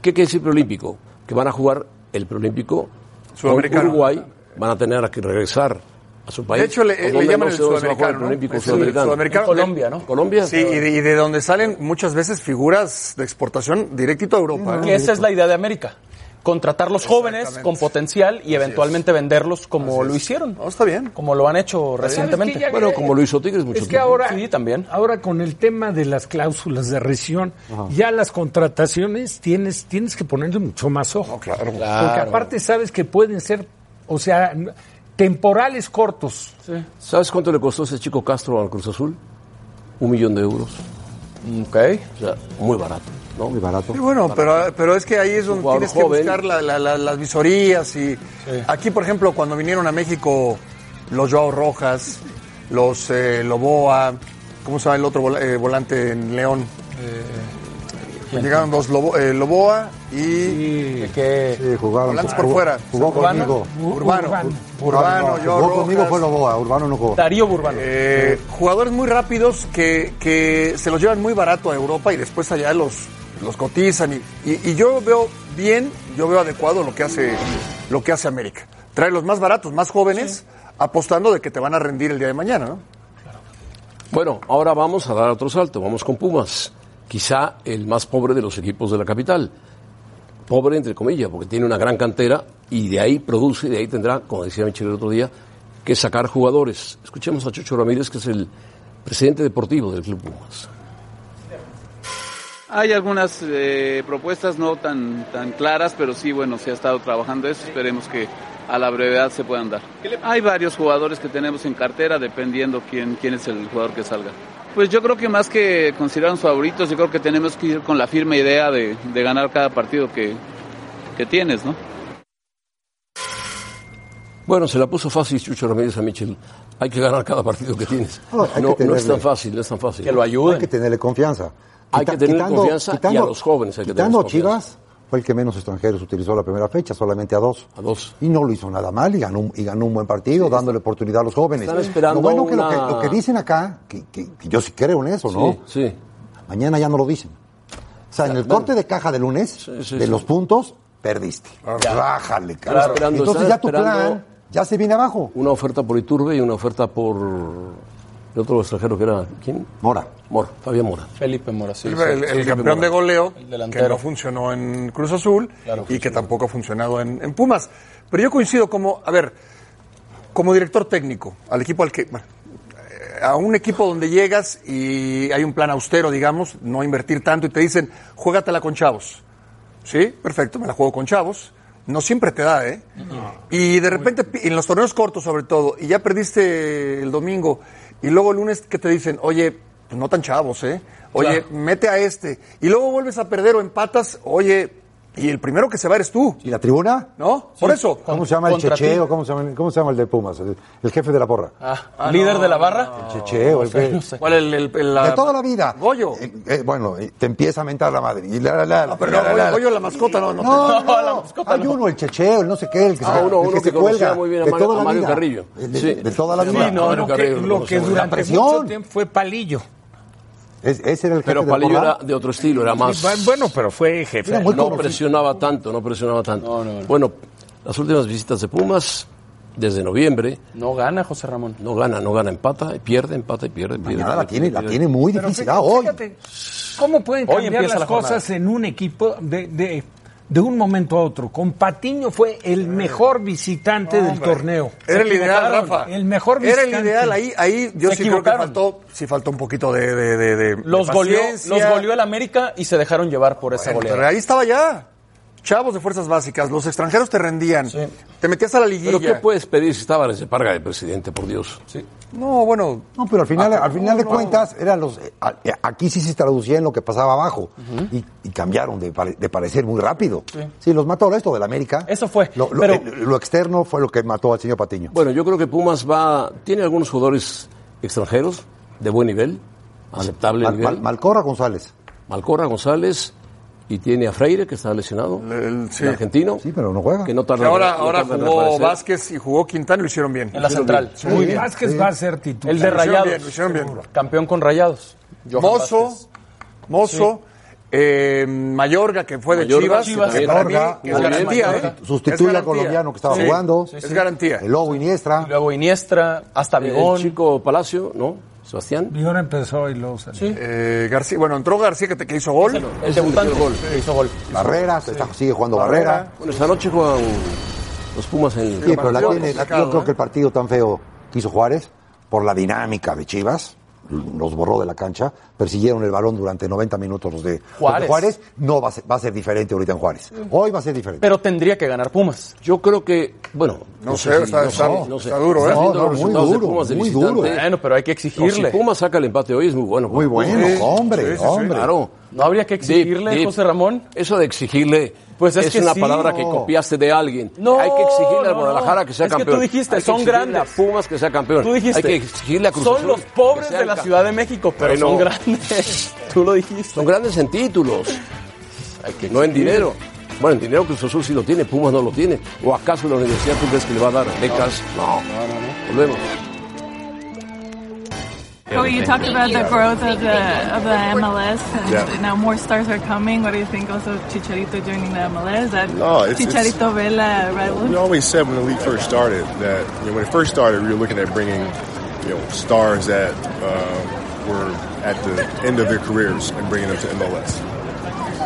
B: ¿qué quiere decir preolímpico? Que van a jugar el preolímpico con
C: Sudamericano.
B: Uruguay, van a tener que regresar a su país.
C: De hecho, le- eh,
B: ¿O
C: le
B: dónde
C: llaman
B: no
C: el
B: se- dónde se va a jugar
C: Sudamericano,
B: el preolímpico
C: ¿no? Es el
B: sudamericano?
C: Sudamericano.
D: En Colombia, ¿no?
B: Colombia.
C: Sí, y de, y de donde salen muchas veces figuras de exportación directito a Europa. ¿eh?
D: Que esa es la idea de América. Contratar los jóvenes con potencial y eventualmente venderlos como lo hicieron.
C: No, está bien.
D: Como lo han hecho
G: qué?
D: recientemente.
G: Ya-
B: Bueno, como lo hizo Tigres mucho
G: Es que
B: tiempo.
G: ahora,
D: Sí, también.
G: ahora con el tema de las cláusulas de rescisión, ya las contrataciones tienes, tienes que ponerle mucho más ojo.
C: Claro.
G: Porque aparte sabes que pueden ser, o sea, n- temporales cortos.
B: ¿Sabes cuánto le costó ese chico Castro al Cruz Azul? Un millón de euros.
D: Ok.
B: O sea, muy barato. ¿no?
E: Muy barato.
C: Sí, bueno, pero, pero es que ahí es donde
B: jugador
C: tienes que
B: joven.
C: buscar la- la- la- las visorías. y Aquí, por ejemplo, cuando vinieron a México los Joao Rojas, los eh, Loboa, ¿cómo se llama el otro vol- eh, volante en León? Llegaron dos Lobo- eh, Loboa y
D: De que-
E: Sí, jugaron.
C: Volantes
E: jugó-
C: por fuera.
E: Jugó
D: Urbano.
E: conmigo.
C: Urbano.
G: Urbano.
C: Urbano,
E: No, no,
C: Joao
E: jugó conmigo
C: Rojas.
E: fue Loboa, Urbano no jugó.
D: Darío Burbano.
C: Eh, jugadores muy rápidos que, que se los llevan muy barato a Europa y después allá los, los cotizan. Y, y- y yo veo bien, yo veo adecuado lo que hace, lo que hace América. Trae los más baratos, más jóvenes, apostando de que te van a rendir el día de mañana, ¿no?
B: Bueno, ahora vamos a dar otro salto, vamos con Pumas, quizá el más pobre de los equipos de la capital. Pobre entre comillas, porque tiene una gran cantera y de ahí produce, y de ahí tendrá, como decía Michel el otro día, que sacar jugadores. Escuchemos a Chucho Ramírez, que es el presidente deportivo del Club Pumas.
J: Hay algunas eh, propuestas no tan, tan claras, pero sí, bueno, se ha estado trabajando eso. Esperemos que a la brevedad se puedan dar. Hay varios jugadores que tenemos en cartera, dependiendo quién, quién es el jugador que salga. Pues yo creo que más que considerar unos favoritos, yo creo que tenemos que ir con la firme idea de, de ganar cada partido que, que tienes, ¿no?
B: Bueno, se la puso fácil Chucho Ramírez a Michel. Hay que ganar cada partido que tienes.
E: No, hay que
B: No, no es
E: tenerle-
B: tan fácil, no es tan fácil.
D: que lo
E: Hay
D: ayuden.
E: que tenerle confianza.
B: Hay que tenerle confianza y a los jóvenes hay que
E: quitando
B: tenerles
E: Chivas, fue el que menos extranjeros utilizó la primera fecha, solamente a dos.
B: A dos.
E: Y no lo hizo nada mal y ganó, y ganó un buen partido, dándole oportunidad a los jóvenes.
B: Están
E: lo
B: esperando
E: bueno que, lo que
B: una-
E: lo que dicen acá, que, que- que yo sí creo en eso, ¿no?
B: Sí, sí.
E: Mañana ya no lo dicen. O sea, en el corte de caja de lunes,
B: sí,
E: de
B: sí.
E: los puntos, perdiste.
C: Ah,
E: Rájale,
B: Están
E: cabrón.
B: esperando,
E: Entonces
B: están
E: ya tu
B: esperando-
E: plan ya se viene abajo.
B: Una oferta por Iturbe y una oferta por el otro extranjero que era ¿quién?
E: Mora.
B: Mora, Fabián Mora.
D: Felipe Mora, sí.
C: El,
D: sí.
C: el- el campeón de goleo, que
D: delantero.
C: no funcionó en Cruz Azul y que tampoco ha funcionado en, en Pumas. Pero yo coincido como, a ver, como director técnico, al equipo al que, bueno, eh, a un equipo donde llegas y hay un plan austero, digamos, no invertir tanto y te dicen, juégatela con chavos. Sí, perfecto, me la juego con chavos. No siempre te da, ¿eh? Y de repente, pi- en los torneos cortos sobre todo, y ya perdiste el domingo, y luego el lunes que te dicen, oye, pues no tan chavos, ¿eh? Oye, mete a este. Y luego vuelves a perder o empatas, oye, y el primero que se va eres tú,
E: ¿Y la tribuna?
C: ¿no? Por eso.
E: ¿Cómo se llama el
D: Contra
E: checheo?
D: ti.
E: ¿Cómo se llama, el- cómo se llama el de Pumas? El, el jefe de la porra.
D: Ah, líder de la barra.
E: checheo, el que...
C: ¿Cuál el, el- el- la-
E: De toda la vida.
C: Goyo.
E: Eh, eh, bueno, eh, te empieza a mentar la madre. Y la, la, la,
C: Ah, pero no,
E: la, la,
C: Goyo,
E: la, la.
C: Goyo la mascota, no, no. (laughs)
E: No, no,
D: (laughs) la
E: no.
D: mascota,
E: Hay
D: no.
E: uno, el checheo, el no sé qué, el que
B: Ah,
E: se,
B: uno-
E: el
B: uno
E: se
B: que conocía
E: cuelga.
B: muy bien a
E: de
B: Mario-
E: toda
B: a
E: la
B: Mario
E: vida.
B: Carrillo.
E: De, de-
B: Sí.
E: de toda la
B: Sí,
E: vida.
B: no,
G: lo que, lo que durante
E: presión.
G: mucho tiempo fue Palillo.
E: Es- ese era el jefe
B: Pero
E: de
B: Palillo
E: porra.
B: era de otro estilo, era más.
G: Y Bueno, pero fue jefe.
E: Era muy
B: no
E: conocido.
B: presionaba tanto, no presionaba tanto. Bueno, las últimas visitas de Pumas, desde noviembre,
D: No gana José Ramón.
B: no gana, no gana, empata, pierde, empata y pierde. pierde,
E: Mañana la
B: pierde,
E: tiene, la
B: pierde.
E: tiene muy
G: Pero
E: difícil.
G: fíjate,
E: Ah, hoy.
G: fíjate, ¿Cómo pueden
D: Hoy
G: cambiar
D: empieza
G: las
D: la jornada.
G: cosas en un equipo de, de, de un momento a otro? Con Patiño fue el mejor visitante del torneo.
C: Era el
G: Se
C: ideal,
G: equivocaron.
C: Rafa.
G: El mejor
C: Era
G: visitante.
C: el ideal. Ahí, ahí yo sí creo
D: Se
C: que
D: equivocaron.
C: faltó, sí faltó un poquito de, de, de, de- de
D: Los goleó,
C: paciencia.
D: los goleó el América y se dejaron llevar por esa
C: Bueno,
D: goleada.
C: pero ahí estaba ya. Chavos de fuerzas básicas, los extranjeros te rendían. Te metías a la liguilla.
B: Pero ¿qué puedes pedir si estaba en ese parga de presidente, por Dios?
C: No, bueno, Ah,
E: No, pero al final, al final de cuentas, eran los, eh, a- eh, aquí sí se traducía en lo que pasaba abajo. y, y cambiaron de, pare- de parecer muy rápido. Sí. los mató esto del América.
D: Eso fue,
E: Lo, lo-
D: pero-
E: eh, lo externo fue lo que mató al señor Patiño.
B: Bueno, yo creo que Pumas va, tiene algunos jugadores extranjeros de buen nivel, aceptable
E: Mal-
B: nivel.
E: Mal- Malcorra González.
B: Malcorra González y tiene a Freire, que está lesionado, el,
C: sí.
B: argentino.
E: Sí, pero no juega.
B: Que no
C: que
B: tarda
C: ahora,
B: no
C: ahora
B: tarda en
C: jugó
B: reaparecer.
C: Vázquez y jugó Quintana y lo hicieron bien.
D: En la central.
G: Muy bien. Vázquez va a ser titular.
D: El de
C: Lo hicieron bien,
D: Rayados.
C: lo hicieron bien.
D: Campeón con Rayados. Johan Vázquez.
C: Mozo, Mozo, eh, Mayorga, que fue de
B: Mayorga,
C: Chivas,
D: Chivas,
C: que para mí
E: Mayorga,
C: es garantía. ¿eh? Es
E: Sustituye
C: garantía.
E: al colombiano que estaba
C: Sí,
E: jugando.
C: Es garantía.
E: El Lobo Iniestra.
D: Y Luego Iniestra, hasta
B: El
D: Vigón.
B: chico Palacio, ¿no? Sebastián.
G: Y ahora empezó y luego salió.
C: Eh, García, bueno, entró García que, te- que hizo gol.
D: El debutante
B: gol.
D: que hizo gol.
E: Barreras. está- sigue jugando Barrera.
B: Bueno, esta noche juegan los Pumas en el...
E: Sí, pero la
C: partido
E: tiene- la-
C: complicado,
E: yo creo
C: ¿eh?
E: que el partido tan feo que hizo Juárez, por la dinámica de Chivas, los borró de la cancha, persiguieron el balón durante 90 minutos los de los de
D: Juárez.
E: Juárez no va a, ser, va a ser diferente ahorita en Juárez. Hoy va a ser diferente.
D: Pero tendría que ganar Pumas.
B: Yo creo que, bueno...
C: No sé, está- está- está duro, ¿eh?
B: Estás
E: No,
B: viendo los
E: no, muy
B: resultados de
E: duro,
B: Pumas de
E: muy
B: visitante.
E: duro, ¿eh?
D: Bueno, pero hay que
B: Pero si
D: exigirle.
B: Pumas saca el empate hoy es muy bueno.
E: Muy bueno,
C: Sí,
E: hombre,
C: sí, sí, sí.
E: hombre.
B: Claro.
D: ¿No habría que exigirle, José Ramón?
B: Eso de exigirle
D: Pues es
B: es
D: que
B: una
D: sí,
B: palabra
D: no.
B: que copiaste de alguien.
D: No,
B: Hay que exigirle a
D: no,
B: Guadalajara
D: no.
B: que sea
D: Es que
B: campeón.
D: tú dijiste,
B: Hay que
D: son
B: exigirle
D: grandes.
B: a Pumas que sea campeón.
D: Tú dijiste,
B: Hay que exigirle a Cruz
D: son
B: Azul
D: los
B: que
D: pobres
B: sea
D: de la
B: ca-
D: Ciudad de México, pero
B: Bueno.
D: son
B: (laughs)
D: grandes. Tú lo dijiste.
B: Son grandes en títulos. no en dinero. Bueno, en dinero Cruz Azul sí lo tiene, Pumas no lo tiene. ¿O acaso la universidad tú crees que le va a dar becas? No. Volvemos.
K: Well, Oh, you talked about the growth of the of the MLS, and now more stars are coming. What do you think also of Chicharito joining the MLS? That
L: No, it's- it's-
K: Chicharito Vela rival?
L: We always said when the league first started that you know, when it first started, we were looking at bringing you know stars that uh, were at the end of their careers and bringing them to MLS.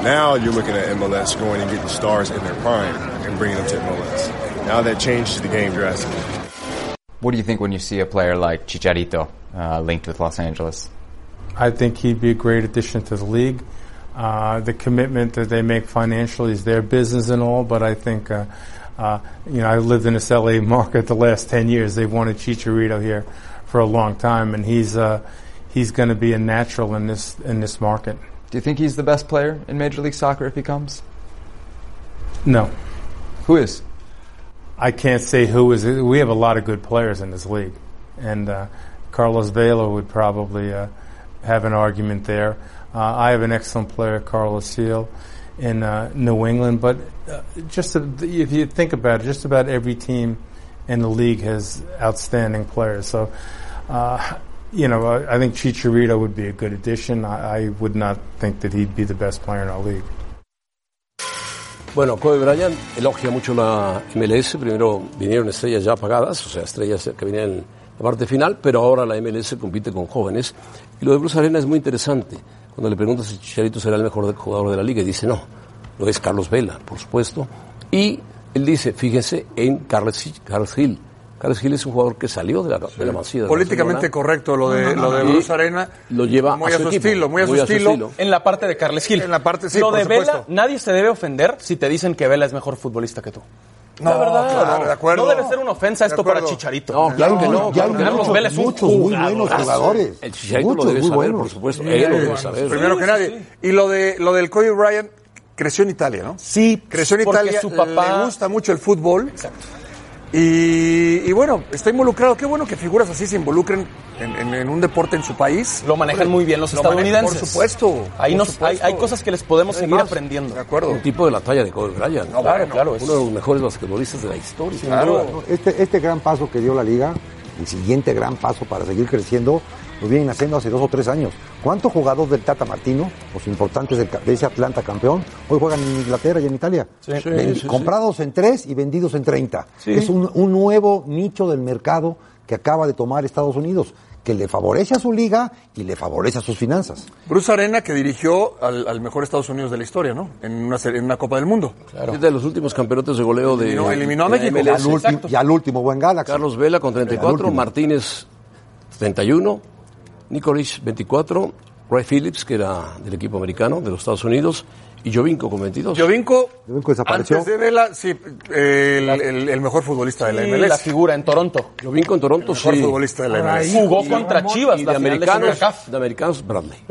L: Now you're looking at MLS going and getting stars in their prime and bringing them to MLS. Now that changes the game drastically.
M: What do you think when you see a player like Chicharito uh, linked with Los Angeles?
L: I think he'd be a great addition to the league. Uh, the commitment that they make financially is their business and all, but I think, uh, uh, you know, I've lived in this LA (laughs) market the last 10 years. They've wanted Chicharito here for a long time, and he's, uh, he's going to be a natural in this, in this market.
M: Do you think he's the best player in Major League Soccer if he comes?
L: No,
M: Who is?
L: I can't say who is it. We have a lot of good players in this league, and uh, Carlos Vela would probably uh, have an argument there. Uh, I have an excellent player, Carlos Seal, in uh, New England. But uh, just to, if you think about it, just about every team in the league has outstanding players. So, uh, you know, I, I think Chicharito would be a good addition. I, I would not think that he'd be the best player in our league.
B: Bueno, Kobe Bryant elogia mucho la MLS. Primero vinieron estrellas ya apagadas, o sea, estrellas que venían en la parte final, pero ahora la MLS compite con jóvenes. Y lo de Bruce Arena es muy interesante. Cuando le preguntas si Chicharito será el mejor jugador de la liga, y dice no, lo es Carlos Vela, por supuesto. Y él dice, fíjense en Carles, Carles Hill. Carles Hill es un jugador que salió de la, de la Masía. de
C: Políticamente
B: Barcelona.
C: correcto lo de,
B: No, no, no,
C: lo de
B: no.
C: Bruce Arena.
B: Lo lleva
C: muy
B: a su, equipo,
C: estilo, muy a su estilo.
D: En la parte de Carles Gil. En la parte,
C: sí,
D: Lo
C: por
D: de Vela,
C: supuesto.
D: nadie se debe ofender si te dicen que Vela es mejor futbolista que tú.
C: No,
D: La verdad.
C: claro, de acuerdo.
D: No debe ser una ofensa
C: De
D: esto para
C: acuerdo.
D: Chicharito.
B: No, claro que no. claro que no.
D: Carlos Vela es un jugadorazo.
B: El Chicharito lo debe saber, por supuesto.
C: Sí,
B: Él
C: muy
B: lo debe
C: buenos.
B: saber.
C: Primero que nadie. Y lo de lo del Kobe Bryant creció en Italia, ¿no?
D: Sí,
C: creció en
D: porque
C: Italia.
D: su papá-
C: le gusta mucho el fútbol. Exacto. Y, y bueno, está involucrado. Qué bueno que figuras así se involucren en, en- en un deporte en su país.
D: Lo manejan muy bien los
C: Lo manejan,
D: estadounidenses.
C: Por supuesto.
D: Ahí
C: por
D: nos-
C: supuesto.
D: hay- hay cosas que les podemos seguir
B: Además,
D: aprendiendo.
C: De acuerdo.
B: Un tipo de la talla de Kobe Bryant.
C: No, bueno, claro, es-
B: Uno de los mejores basquetbolistas de la historia.
E: Este, este gran paso que dio la liga, el siguiente gran paso para seguir creciendo, lo vienen haciendo hace dos o tres años. ¿Cuántos jugadores del Tata Martino, los importantes del ca- de ese Atlanta campeón, hoy juegan en Inglaterra y en Italia?
B: Sí. Sí,
E: Vendi-
B: sí, sí.
E: comprados en tres y vendidos en 30. Es un, un nuevo nicho del mercado que acaba de tomar Estados Unidos, que le favorece a su liga y le favorece a sus finanzas.
C: Bruce Arena que dirigió al, al mejor Estados Unidos de la historia, ¿no? En una, serie- en una Copa del Mundo.
B: Es de los últimos campeonatos de goleo de.
C: Eliminó- eliminó a
B: de la
C: México.
B: MLS.
C: Al último-
E: y al último, buen Galaxy.
B: Carlos Vela con
E: Al
B: 34,
E: último.
B: Martínez 31, Nicolich 24, Ray Phillips, que era del equipo americano de los Estados Unidos, y Jovinko con 22.
C: Jovinko,
B: desapareció.
C: antes de Vela, sí, eh, el, el- el mejor futbolista de la
B: Sí,
C: MLS.
B: la
D: figura en Toronto.
B: Jovinko en Toronto,
C: El mejor
B: sí.
C: futbolista de la Ahora, MLS.
D: Jugó
B: Y-
D: contra Chivas
B: y
D: la
B: de
D: final de
B: americanos,
D: CONCACAF.
B: de americanos Bradley.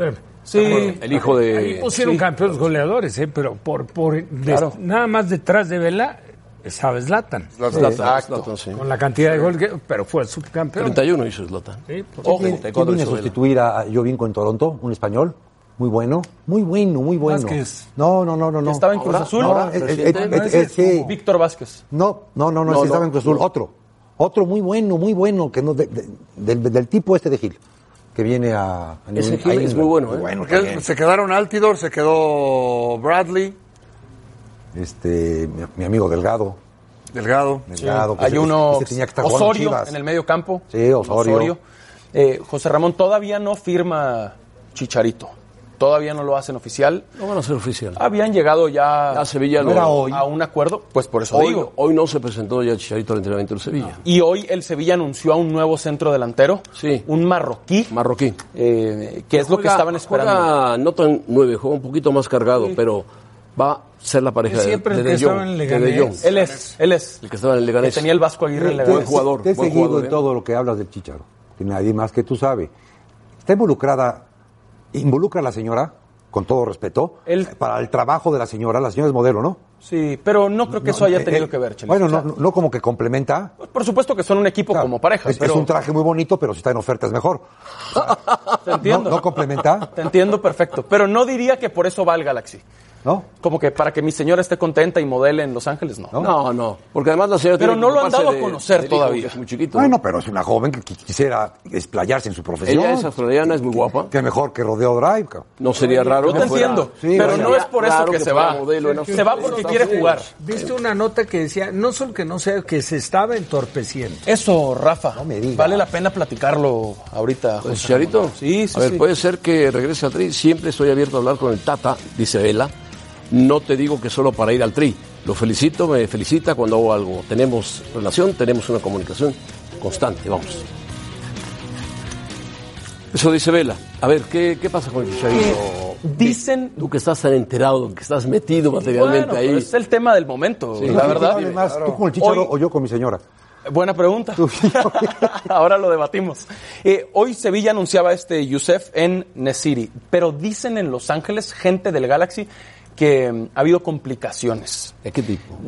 G: Sí.
B: El hijo de.
G: Ah, Ahí pusieron
B: Sí.
G: campeones goleadores, ¿eh? pero por, por de-
B: Claro.
G: nada más detrás de Vela estaba Zlatan.
B: Zlatan,
G: Sí. Ah,
B: Zlatan, Zlatan, sí.
G: Con la cantidad de goles, que- pero fue subcampeón.
B: 31 hizo Zlatan.
G: Sí, por
E: ¿Quién,
G: supuesto.
E: viene- quién viene a sustituir a Jovinko en Toronto? ¿Un español? Muy bueno, muy bueno, muy bueno.
D: Vázquez.
E: No, no, no, eh, no, no.
D: Estaba en Cruz Azul.
E: No, es- es- es- es- sí.
D: Víctor Vázquez.
E: no, no, no, no,
D: No,
E: ese estaba
D: no,
E: en Cruz Azul.
D: no.
E: Otro, otro muy bueno, muy bueno, que no, de- de- del, del tipo este de Gil, que viene a... a
C: Ese
E: a
C: Gil es
E: England.
C: muy bueno, ¿eh?
E: Bueno,
C: Él-
E: también.
C: se quedaron Altidor, se quedó Bradley,
E: Este, mi, mi amigo Delgado.
C: Delgado.
E: Delgado. que
D: Hay
E: ese-
D: uno
E: ese tenía que estar jugando en
D: Osorio
E: Chivas.
D: en el medio campo.
E: Sí, Osorio.
D: Eh, José Ramón todavía no firma Chicharito. Todavía no lo hacen oficial.
B: No van a ser oficial.
D: Habían llegado ya a
B: Sevilla lo-
D: a un acuerdo, pues por eso
B: hoy,
D: digo.
B: hoy no se presentó ya Chicharito al entrenamiento del Sevilla.
D: Y hoy el Sevilla anunció a un nuevo centro delantero, un marroquí,
B: marroquí,
D: que es lo que
B: Juega-
D: estaban esperando.
B: Juega no tan nueve, juega un poquito más cargado, pero va a ser la pareja de,
D: Siempre el
B: de
D: que
B: De Jong,
D: estaba en
B: de
D: Leganés.
B: De Jong.
D: Él es, él es.
B: El que estaba en el Leganés.
D: Que tenía el Vasco
B: Eh,
D: Aguirre en
E: Te-
D: Leganés.
E: te- Te he seguido en todo lo que hablas del Chicharo, que nadie más que tú sabe. Está involucrada, involucra a la señora, con todo respeto, para el trabajo de la señora. La señora es modelo, ¿no?
D: Sí, pero no creo que eso haya tenido que ver, Chelis.
E: eh, Bueno,
D: O sea,
E: no, no como que complementa.
D: Por supuesto que son un equipo como pareja,
E: Es,
D: pero
E: es un traje muy bonito, pero si está en oferta es mejor.
D: te entiendo.
E: no complementa.
D: Te entiendo perfecto, pero no diría que por eso va al Galaxy.
E: ¿No?
D: Como que para que mi señora esté contenta y modele en Los Ángeles, no.
B: No, no. Porque además la señora
D: Pero
B: tiene
D: no
B: que
D: lo han
B: ocuparse
D: dado a
B: de-
D: conocer
B: del hijo,
D: todavía.
B: que es muy chiquito.
E: Bueno, pero es una joven que qui- quisiera explayarse en su profesión.
B: Ella es australiana, es muy guapa.
E: Qué mejor que Rodeo Drive, cabrón.
B: No sería raro.
G: Yo te
B: que fuera-
G: entiendo,
B: Sí,
G: pero
B: bueno,
G: no es por eso
B: raro
G: que se
B: fuera
G: va.
B: modelo en
G: Se va
B: Australia.
G: porque
B: Estados
G: quiere
B: Unidos.
D: jugar.
G: Viste una nota que decía, no solo que no sea, que se estaba entorpeciendo.
D: Eso, Rafa, vale la pena platicarlo ahorita.
B: Pues,
D: José Ramón.
B: Chicharito,
D: Sí, sí,
B: a ver,
D: sí.
B: puede ser que regrese al Tri. Siempre estoy abierto a hablar con el Tata, dice Vela. No te digo que solo para ir al Tri. Lo felicito, me felicita cuando hago algo. Tenemos relación, tenemos una comunicación constante, vamos. Eso dice Vela. A ver, ¿qué, qué pasa con el Chicharito?
D: Dicen...
B: Tú que estás tan enterado, que estás metido materialmente
D: Bueno,
B: ahí.
D: pero es el tema del momento,
B: Sí.
D: la
B: Sí,
D: verdad.
B: vale
E: Más, ¿Tú con el Chicharo
D: Hoy-
E: o yo con mi señora?
D: Buena pregunta. (laughs) Ahora lo debatimos. Eh, hoy Sevilla anunciaba este Youssef en Nesiri, pero dicen en Los Ángeles, gente del Galaxy, que mm, ha habido complicaciones. Mm,
B: ¿De qué tipo?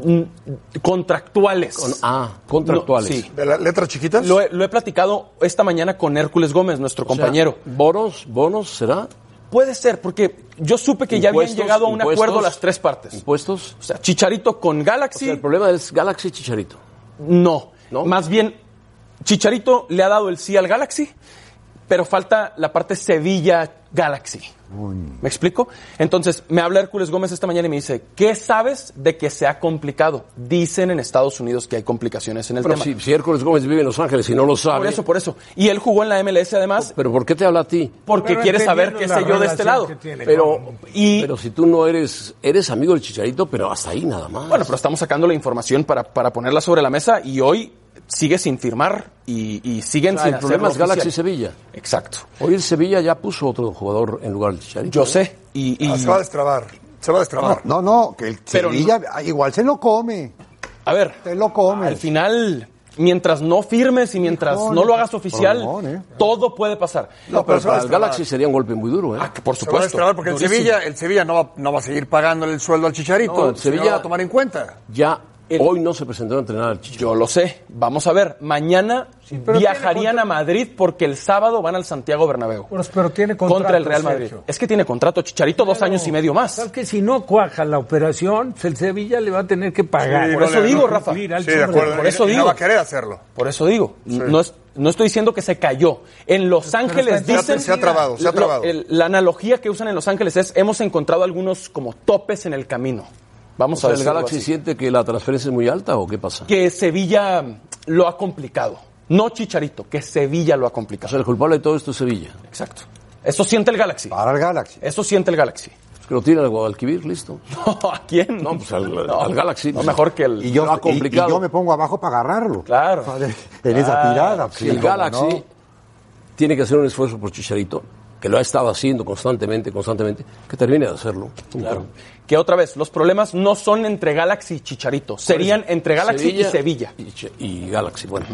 D: Contractuales.
B: Con- ah, contractuales.
D: No, sí.
C: ¿De las letras chiquitas?
D: Lo he, lo he platicado esta mañana con Hércules Gómez, nuestro
B: O sea,
D: compañero.
B: ¿Bonos? ¿Bonos será?
D: Puede ser, porque yo supe que ya habían
B: Impuestos,
D: llegado a un
B: impuestos,
D: acuerdo las tres partes.
B: ¿Impuestos?
D: O sea, Chicharito con Galaxy.
B: el problema es Galaxy Chicharito.
D: No, Más bien, Chicharito le ha dado el sí al Galaxy, pero falta la parte Sevilla-Galaxy. ¿Me explico? Entonces, me habla Hércules Gómez esta mañana y me dice, ¿qué sabes de que sea complicado? Dicen en Estados Unidos que hay complicaciones en el
B: Pero
D: tema.
B: si, si Hércules Gómez vive en Los Ángeles y no lo sabe.
D: Por eso, por eso. Y él jugó en la MLS además.
B: Pero ¿por qué te habla a ti?
D: Porque
B: Pero
D: quiere saber qué sé
B: entendiendo
D: yo de
B: la
D: este
B: relación
D: lado.
B: que tiene
D: Pero, y,
B: Pero si tú no eres, eres amigo del Chicharito, pero hasta ahí nada más.
D: Bueno, pero estamos sacando la información para, para ponerla sobre la mesa y hoy sigue sin firmar y, y siguen
B: O sea,
D: sin
B: el problema
D: hacerlo
B: es Galaxy
D: oficial.
B: Sevilla.
D: Exacto.
B: Hoy el Sevilla ya puso otro jugador en lugar del Chicharito. ¿eh?
D: Yo sé. Y,
B: y-
C: Ah, se va a destrabar. Se va a destrabar.
E: No, no, que el
D: Pero
E: Sevilla ah, igual se lo come.
D: A ver, al final, mientras no firmes y mientras
B: Híjole,
D: no lo hagas oficial,
B: perdón, eh.
D: todo puede pasar.
B: No, pero para el Galaxy sería un golpe muy duro, ¿eh?
D: Ah, por
C: Se va a destrabar porque el Sevilla, el Sevilla no, va, no va a seguir pagándole el sueldo al Chicharito.
B: No, el
C: si no
B: Sevilla-
C: lo va a tomar en cuenta.
B: Ya hoy no se presentó a entrenar al Chicharito.
D: Yo lo sé. Vamos a ver, mañana
G: pero
D: viajarían a Madrid porque el sábado van al Santiago Bernabéu.
G: Pero, pero tiene contrato,
D: contra el Real Madrid.
G: Sergio.
D: Es que tiene contrato Chicharito dos años y medio más.
G: Tal que si no cuaja la operación, el Sevilla le va a tener que pagar.
D: Sí, Por no eso le- digo, Rafa.
G: Cumplir al
D: Sí,
G: sobre.
D: de acuerdo. Por eso
C: Y
D: digo.
C: no va a querer hacerlo.
D: Por eso digo, no, es- no estoy diciendo que se cayó. En Los Ángeles
C: está-
D: dicen...
C: se ha trabado, se ha
D: lo-
C: trabado.
D: el- la analogía que usan en Los Ángeles es, hemos encontrado algunos como topes en el camino. Vamos
B: O sea,
D: a ver.
B: ¿El Galaxy siente que la transferencia es muy alta o qué pasa?
D: Que Sevilla lo ha complicado. No Chicharito, que Sevilla lo ha complicado.
B: O sea, el culpable de todo esto es Sevilla.
D: Exacto. Eso siente el Galaxy.
E: Para el Galaxy.
D: Eso siente el Galaxy.
B: Que lo tiran al Guadalquivir, listo.
D: No, (laughs) ¿a quién? No,
B: pues al, al Galaxy.
D: No, mejor que el...
E: Y yo,
B: Lo ha
E: y- y
B: complicado.
E: yo me pongo abajo para agarrarlo.
D: Claro.
E: En esa
B: Claro,
E: tirada.
B: si
E: sí,
B: el
E: cómo
B: Galaxy
E: no.
B: tiene que hacer un esfuerzo por Chicharito, que lo ha estado haciendo constantemente, constantemente, que termine de hacerlo.
D: Claro. Que otra vez, los problemas no son entre Galaxy y Chicharito. Serían entre Galaxy y Sevilla.
B: Y, Che- y Galaxy, bueno.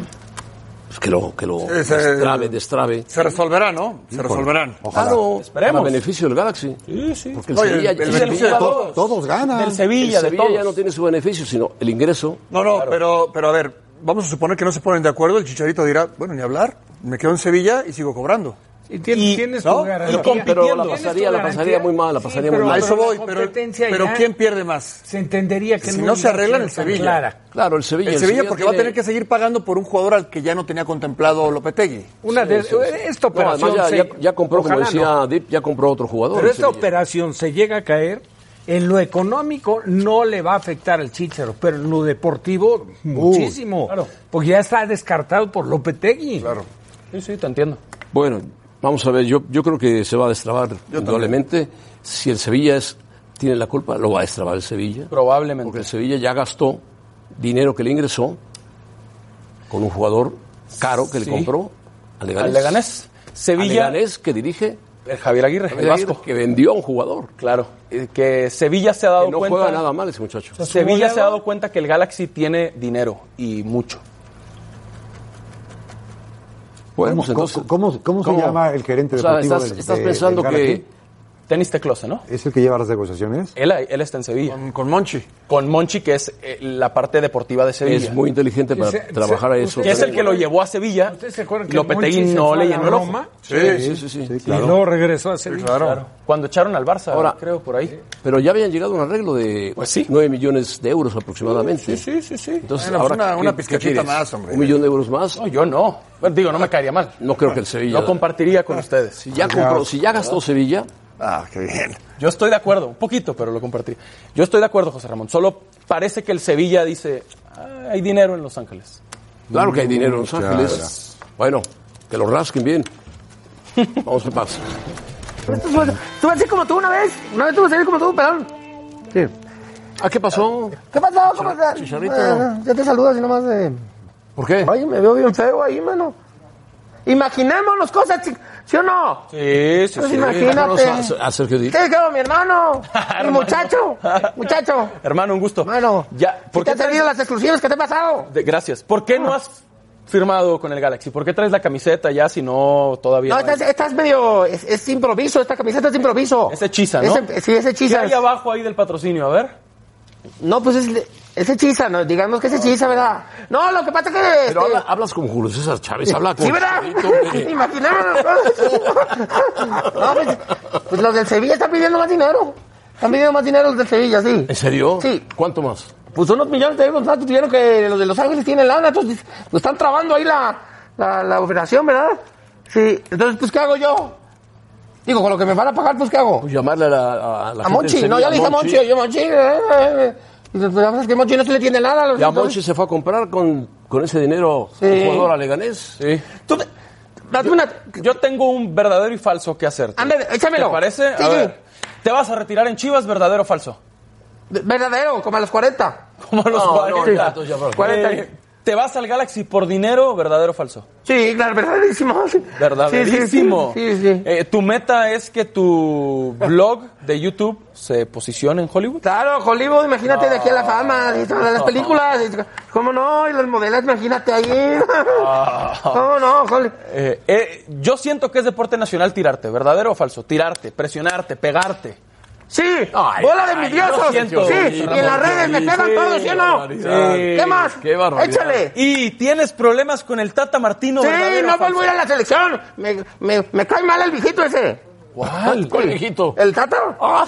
B: Pues que lo, que lo
C: Sí, se-
B: destrabe, destrabe.
C: Se resolverá, ¿no? Se
B: Híjole.
C: resolverán.
B: Ojalá. Claro,
D: Esperemos.
B: Para beneficio del Galaxy.
D: Sí, sí.
B: Porque el
C: Oye,
B: Sevilla,
C: el- el beneficio de todos. Todos ganan.
D: Del Sevilla,
B: el
D: de
B: Sevilla
D: todos.
B: ya no tiene su beneficio, sino el ingreso.
C: No, no, pero, pero a ver, vamos a suponer que no se ponen de acuerdo. El Chicharito dirá, bueno, ni hablar. Me quedo en Sevilla y sigo cobrando.
G: Y tien- tienes
C: ¿no?
G: tu garantía.
C: Y compitiendo.
B: Pero la pasaría, la pasaría muy mal, la pasaría muy
G: pero-
B: mal.
C: A eso
G: la
C: voy, pero,
G: competencia
C: pero
G: ya-
C: ¿quién pierde más?
G: Se entendería que
C: Si no se
G: hubiera
C: arregla en el
G: sido tan
C: Sevilla.
G: clara.
B: Claro, el Sevilla.
C: El
B: el
C: Sevilla
B: Sevilla
C: porque va a
B: tiene-
C: tener que seguir pagando por un jugador al que ya no tenía contemplado Lopetegui.
G: Una de, esta
B: No, además
G: operación
B: ya,
G: se-
B: ya- ya compró, como
G: ojalá
B: decía
G: no.
B: Dip, ya compró otro jugador.
G: Pero
B: el
G: esta
B: Sevilla.
G: operación se llega a caer, en lo económico no le va a afectar al Chicharo, pero en lo deportivo muchísimo, porque ya está descartado por Lopetegui. Claro.
D: Sí, sí, te entiendo.
B: Bueno, vamos a ver, yo, yo creo que se va a destrabar indudablemente. Si el Sevilla es, tiene la culpa, lo va a destrabar el Sevilla.
D: Probablemente.
B: Porque el Sevilla ya gastó dinero que le ingresó con un jugador caro que
D: Sí.
B: le compró al Leganés.
D: Al Leganés. Sevilla-
B: Al Leganés que dirige
D: El Javier Aguirre,
B: Javier
D: el
B: Aguirre,
D: Vasco.
B: que vendió a un jugador.
D: Claro. Eh, Que Sevilla se ha dado
B: Que no
D: cuenta...
B: juega nada mal ese muchacho.
D: O sea, Sevilla se ha dado cuenta que el Galaxy tiene dinero y mucho.
B: Bueno,
E: ¿Cómo,
B: pues entonces-
E: cómo- cómo- cómo se
B: ¿cómo?
E: llama el gerente
B: O sea,
E: deportivo
B: estás-
E: del-
B: estás
E: de-
B: pensando
E: del
B: que-
E: Galaxy?
D: Tenis Teclosa, ¿no?
E: ¿Es el que lleva las negociaciones?
D: Él, él está en Sevilla. Con,
C: Monchi.
D: Con Monchi, que es eh, la parte deportiva de Sevilla.
B: Es muy inteligente para
G: Se-
B: trabajar a
G: se-
B: eso.
D: Que es el que lo llevó a Sevilla.
G: ¿Ustedes se acuerdan que
D: Lopetegui
G: Monchi se
D: no
G: fue a
D: le
G: la
D: llenó el ojo.
G: Roma?
B: sí, sí, sí,
G: Y
B: claro.
G: luego regresó a Sevilla.
D: Claro. Cuando echaron al Barça,
B: Ahora-
D: creo, por ahí.
B: Pero ya habían llegado a un arreglo de 9 millones de euros aproximadamente.
D: Pues Sí, sí, sí.
B: Entonces,
C: Bueno, pues
B: ahora,
C: una- una
B: ¿qué- qué
C: pizcachita
B: quieres?
C: más, hombre.
B: ¿Un millón de euros más?
D: No, yo no. Bueno, digo, no me caería mal.
B: No creo que el Sevilla.
D: Lo compartiría
B: (laughs)
D: con ustedes.
B: si, ya compró, si ya gastó Sevilla,
C: Ah, qué bien.
D: Yo estoy de acuerdo, un poquito, pero lo compartiría. Yo estoy de acuerdo, José Ramón. Solo parece que el Sevilla dice, "Ah, hay dinero en Los Ángeles.
B: claro que hay dinero en Los Ángeles. Bueno, que lo rasquen bien. Vamos a
D: (laughs)
B: paz.
N: Tú vas a ser como tú una vez. Una vez tú vas a ser como tú, pelón.
B: ¿Ah, qué pasó?
N: ¿Qué pasó? ¿Cómo estás?
B: Chicharrito.
N: Eh, ya te saludas y nomás de...
B: ¿Por qué?
N: Oye, me veo bien feo ahí, mano. Imaginémonos cosas, chi- ¿sí o no?
D: Sí, eh, sí,
N: Pues
D: sí.
N: imagínate. Este-
B: A, a Ah, Sergio
N: ¿Qué
B: Díaz.
N: quedó mi hermano? Mi muchacho. Muchacho.
D: (laughs) Hermano, un gusto. Hermano. Ya,
N: ¿Por
D: ¿por
N: te
D: qué
N: han salido las exclusivas que te he pasado?
D: traes- de- gracias. ¿Por qué no has firmado con el Galaxy? ¿Por qué traes la camiseta ya si no
N: No,
D: todavía? no hay?
N: estás, estás medio... Es, es improviso, esta camiseta es improviso.
D: Es hechiza, ¿no?
N: Ese- sí, es
D: ¿Qué
N: hechiza.
D: hay abajo ahí del patrocinio? A ver.
N: No, pues es... Es hechiza, ¿no? digamos que es hechiza, ¿verdad? No, lo que pasa es que...
B: Pero
N: este,
B: habla- hablas como Julio César Chávez, Pues habla con
N: Sí, ¿verdad?
B: Chicharito,
N: (laughs)
B: hombre.
N: Imaginemos las cosas. No, (laughs) pues, pues los del Sevilla están pidiendo más dinero. Están pidiendo más dinero los del Sevilla, sí.
B: ¿En serio?
N: Sí.
B: ¿Cuánto más?
N: Pues unos millones de euros más tuvieron que los de Los Ángeles tienen lana, entonces pues, están trabando ahí la, la, la operación, ¿verdad? Sí, entonces pues ¿qué hago yo? Digo, con lo que me van a pagar, pues ¿qué hago?
B: Pues llamarle a la, a la
N: a
B: gente
N: Monchi,
B: del
N: no, ya le dije
B: Sevilla,
N: a Monchi, yo Monchi, eh, eh, eh. Y pues, la verdad es que Monchi no se le tiene nada a los
B: Y a
N: entonces-
B: Monchi se fue a comprar con, con ese dinero
N: Sí.
B: un jugador a Leganés. Sí.
D: Yo tengo un verdadero y falso que hacerte.
N: Ándale, échamelo.
D: ¿Te parece? A
N: Sí, sí.
D: ver, ¿Te vas a retirar en Chivas, verdadero o falso?
N: Verdadero, como a los 40.
D: Como a los
N: No, no,
D: 40.
N: ya, ya, ya, ya. 40.
D: Eh, ¿Te vas al Galaxy por dinero, verdadero o falso?
N: Sí, claro, verdaderísimo.
D: Verdaderísimo.
N: Sí, sí, sí, sí, sí.
D: Eh, ¿Tu meta es que tu blog de YouTube se posicione en Hollywood?
N: Claro, Hollywood, imagínate de aquí a
D: Ah.
N: la fama, y todas las películas, y- ¿cómo no? Y las modelos, imagínate ahí.
D: Ah.
N: (laughs) Oh, ¿Cómo no? Holly?
D: Eh, eh, yo siento que es deporte nacional tirarte, ¿verdadero o falso? Tirarte, presionarte, pegarte.
N: Sí, bola de mis diosos. Sí, y en las redes me pegan todos, ¿sí o no? ¿Qué más? Échale.
D: Y tienes problemas con el Tata Martino,
N: Sí,
D: ¿verdadero o
N: no
D: falso?
N: vuelvo a ir a la selección. Me, me, me cae mal el viejito ese.
B: ¿Cuál? ¿Cuál viejito?
N: ¿El Tata?
D: Ah.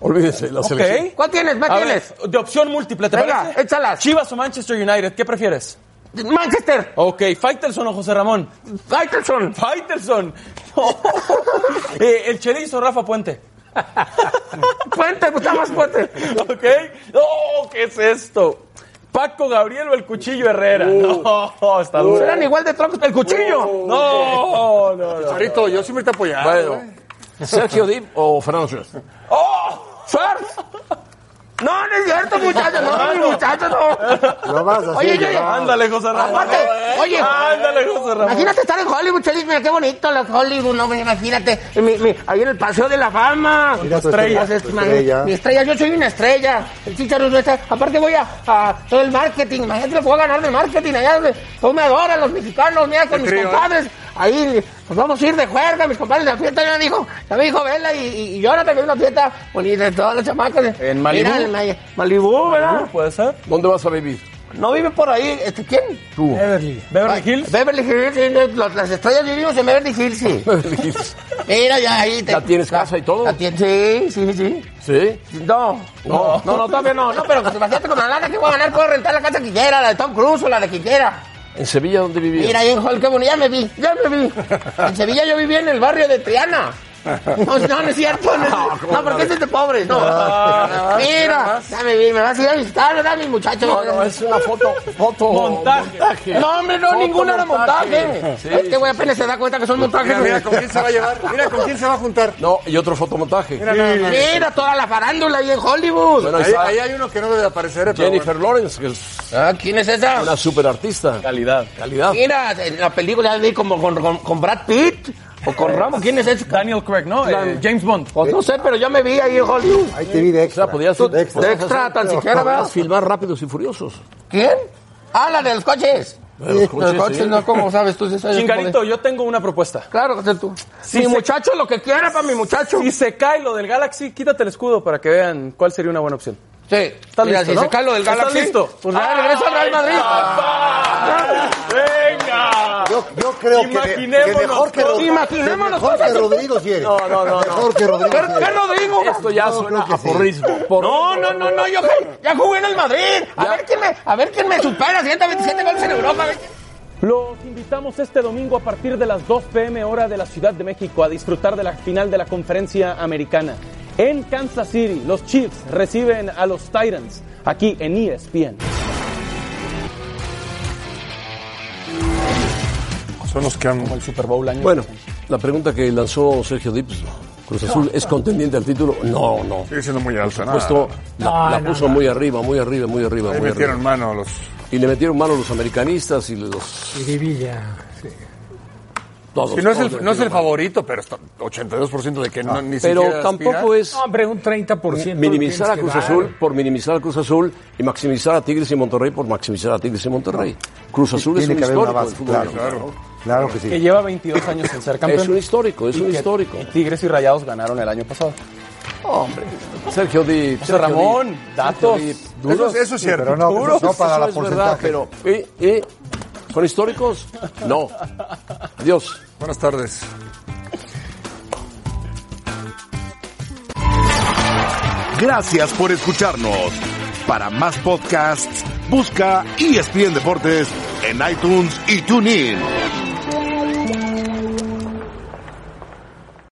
B: Olvídese, la
D: Ok.
B: selección.
N: ¿Eh? ¿Cuál tienes? ¿Cuál
D: A
N: tienes?
D: ver, de opción múltiple, ¿te
N: Venga,
D: parece?
N: échalas.
D: Chivas o Manchester United, ¿qué prefieres?
N: Manchester.
D: Ok, Faitelson o José Ramón.
N: Faitelson.
D: Faitelson. (laughs) Oh. Eh, el Cherizo o Rafa Puente.
N: (laughs) Puente, pues está más fuerte.
D: Ok. Oh, ¿qué es esto? Paco Gabriel o el Cuchillo Herrera. no, está duro. Uh.
N: Serán igual de troncos que el cuchillo.
D: No, no, no.
C: Charito, yo siempre te he apoyado.
B: Bueno,
C: ¿eh?
B: Sergio Dib o Fernando Suárez.
N: Oh, ¡Surf! No, no es cierto, muchachos, no, no, muchachos, no.
E: Lo vas a hacer.
N: Oye, oye,
E: llorar.
D: Ándale, José Ramón. eh.
N: Aparte, oye,
D: Ándale, José Ramón.
N: imagínate estar en Hollywood, Chelis, mira qué bonito los Hollywood, no, imagínate, mi- mi- ahí en el Paseo de la Fama.
E: Mira tu estrella,
N: Pues,
E: tu
N: imagínate,
E: estrella.
N: Mi estrella, yo soy una estrella, el Chicharo no está, aparte voy a, a todo el marketing, imagínate lo que voy a ganar de marketing allá, donde todos me adoran los mexicanos, mira, con mis
C: trío, ¿eh?
N: compadres, ahí nos vamos a ir de juerga, mis compadres, la fiesta ya me dijo, ya me dijo Vela y, y, y Jonathan, que es una fiesta bonita, todas las chamacas.
D: ¿En Malibú?
N: Mira, en Ma- Malibú, ¿verdad?
D: ¿Puede ser?
B: ¿Dónde vas a vivir?
N: No vive por ahí, este, ¿quién?
B: Tú.
G: Beverly.
D: Beverly Hills.
N: Beverly Hills, sí, los- los- las estrellas vivimos en Beverly Hills,
B: (laughs)
N: sí. Mira, ya ahí te...
B: ¿Ya tienes casa y todo?
N: La tien- sí, sí, sí.
B: Sí.
N: No, no, no, no, todavía no, no, pero pues, imagínate con la lana que voy a ganar, puedo rentar la casa que quiera, la de Tom Cruise o la de que quiera.
B: ¿En Sevilla dónde vivías?
N: Mira, ahí en Hall, qué bonito, ya me vi, ya me vi. En Sevilla yo vivía en el barrio de Triana. No, no, no es cierto.
B: (laughs)
N: No, es- no, porque ese es de pobres, no. Mira, ya me vi, me vas a ir a visitar, ¿verdad, mi muchacho?
B: Ah, No, no, es una foto, foto
D: Montaje.
N: No, hombre, no,
B: Foto
N: ninguno era
B: montaje.
N: montaje.
B: Sí,
N: este güey apenas se da cuenta que son montajes.
C: Mira, mira con quién se va a llevar. Mira con quién se va a juntar.
B: No, y otro fotomontaje.
N: Mira toda la farándula ahí en Hollywood.
B: Bueno, ahí
C: Ahí,
B: está
C: ahí hay uno que no debe aparecer. eh, pero
B: Jennifer Lawrence, que es
N: Ah, ¿quién es esa?
B: una superartista.
D: Calidad.
B: Calidad.
N: Mira, en la película de como con, con- con Brad Pitt o con Ramos. ¿Quién es ese?
D: Eh, Daniel Craig, ¿no? Eh, James Bond.
N: Pues no sé, pero yo me vi ahí en Hollywood.
E: Ahí te vi de
B: O sea,
E: extra.
B: podías,
E: De
B: podías
E: extra.
N: extra, tan siquiera,
B: podías
N: ¿verdad?
B: filmar rápidos y furiosos.
N: ¿Quién? Ah, la de los coches.
B: De los coches, sí.
N: no, ¿cómo sabes tú? Si sabes cómo
D: Chingarito, yo tengo una propuesta.
N: de- Claro, que tú.
D: Si
N: mi
D: se-
N: muchacho, lo que quiera para mi muchacho.
D: Si se cae lo del Galaxy, quítate el escudo para que vean cuál sería una buena opción.
N: Sí.
D: ¿Estás
N: Mira,
D: listo,
N: si
D: no?
N: se cae lo del
D: ¿Estás
N: Galaxy,
D: listo? Ah.
N: pues ya regreso al Real Madrid.
D: ¡Venga!
E: Yo, yo creo que, que mejor que, Rod-
N: Imaginémonos
E: mejor que
N: cosas.
E: Rodrigo si eres.
B: No, no, no, no.
E: Mejor que Rodrigo
N: ¿Qué,
E: si
N: qué
E: eres.
N: Rodrigo?
B: Esto ya
E: No,
B: suena
E: creo que
B: a
E: sí.
B: porrismo. Por-
N: No, no, no, no, yo ju- ya jugué en el Madrid. A ver quién me, a ver quién me supera. 127 goles en Europa. a ver quién-
D: Los invitamos este domingo a partir de las 2 pm hora de la Ciudad de México a disfrutar de la final de la conferencia americana. En Kansas City, los Chiefs reciben a los Titans aquí en E ESPN.
C: Son los que han.
D: Como el Super Bowl año.
B: Bueno, la pregunta que lanzó Sergio Dips, Cruz Azul, ¿es contendiente al título? No, no.
C: Sigue siendo muy alta. nada.
B: Puesto, la,
G: No,
B: la
G: no,
B: puso muy arriba, muy arriba, muy arriba,
C: Ahí
B: muy
C: metieron
B: arriba.
C: mano los.
B: Y le metieron mano los americanistas y los
G: Chiribilla.
B: todos.
C: Sí, no es
B: todos
C: el, no es el
B: metieron mano.
C: favorito, pero está 82% de que no, ni
B: Ah. Pero
C: siquiera aspira.
B: tampoco es
G: Hombre, un 30%.
B: minimizar a
G: tienes
B: Cruz
G: que dar.
B: Azul por minimizar a Cruz Azul y maximizar a Tigres y Monterrey por maximizar a Tigres y Monterrey. Cruz Azul es
E: Tiene
B: un
E: que haber una
B: histórico del
E: base.
B: fútbol
E: Claro,
B: mexicano.
E: claro. Claro que
D: Que
E: sí.
D: lleva 22 años en ser campeón.
B: Es un histórico, es
D: Y
B: un
D: que-
B: histórico.
D: Y Tigres y Rayados ganaron el año pasado. Hombre.
J: Sergio Di.
D: José Ramón, datos duros.
B: Eso es cierto.
D: Pero no,
B: Duros.
D: no para la
B: Eso es
D: porcentaje.
B: verdad, pero, ¿eh, eh? ¿Son históricos? No. Adiós.
O: Buenas tardes.
D: pues.
G: Gracias por escucharnos. Para más podcasts, busca ESPN Deportes en iTunes y TuneIn.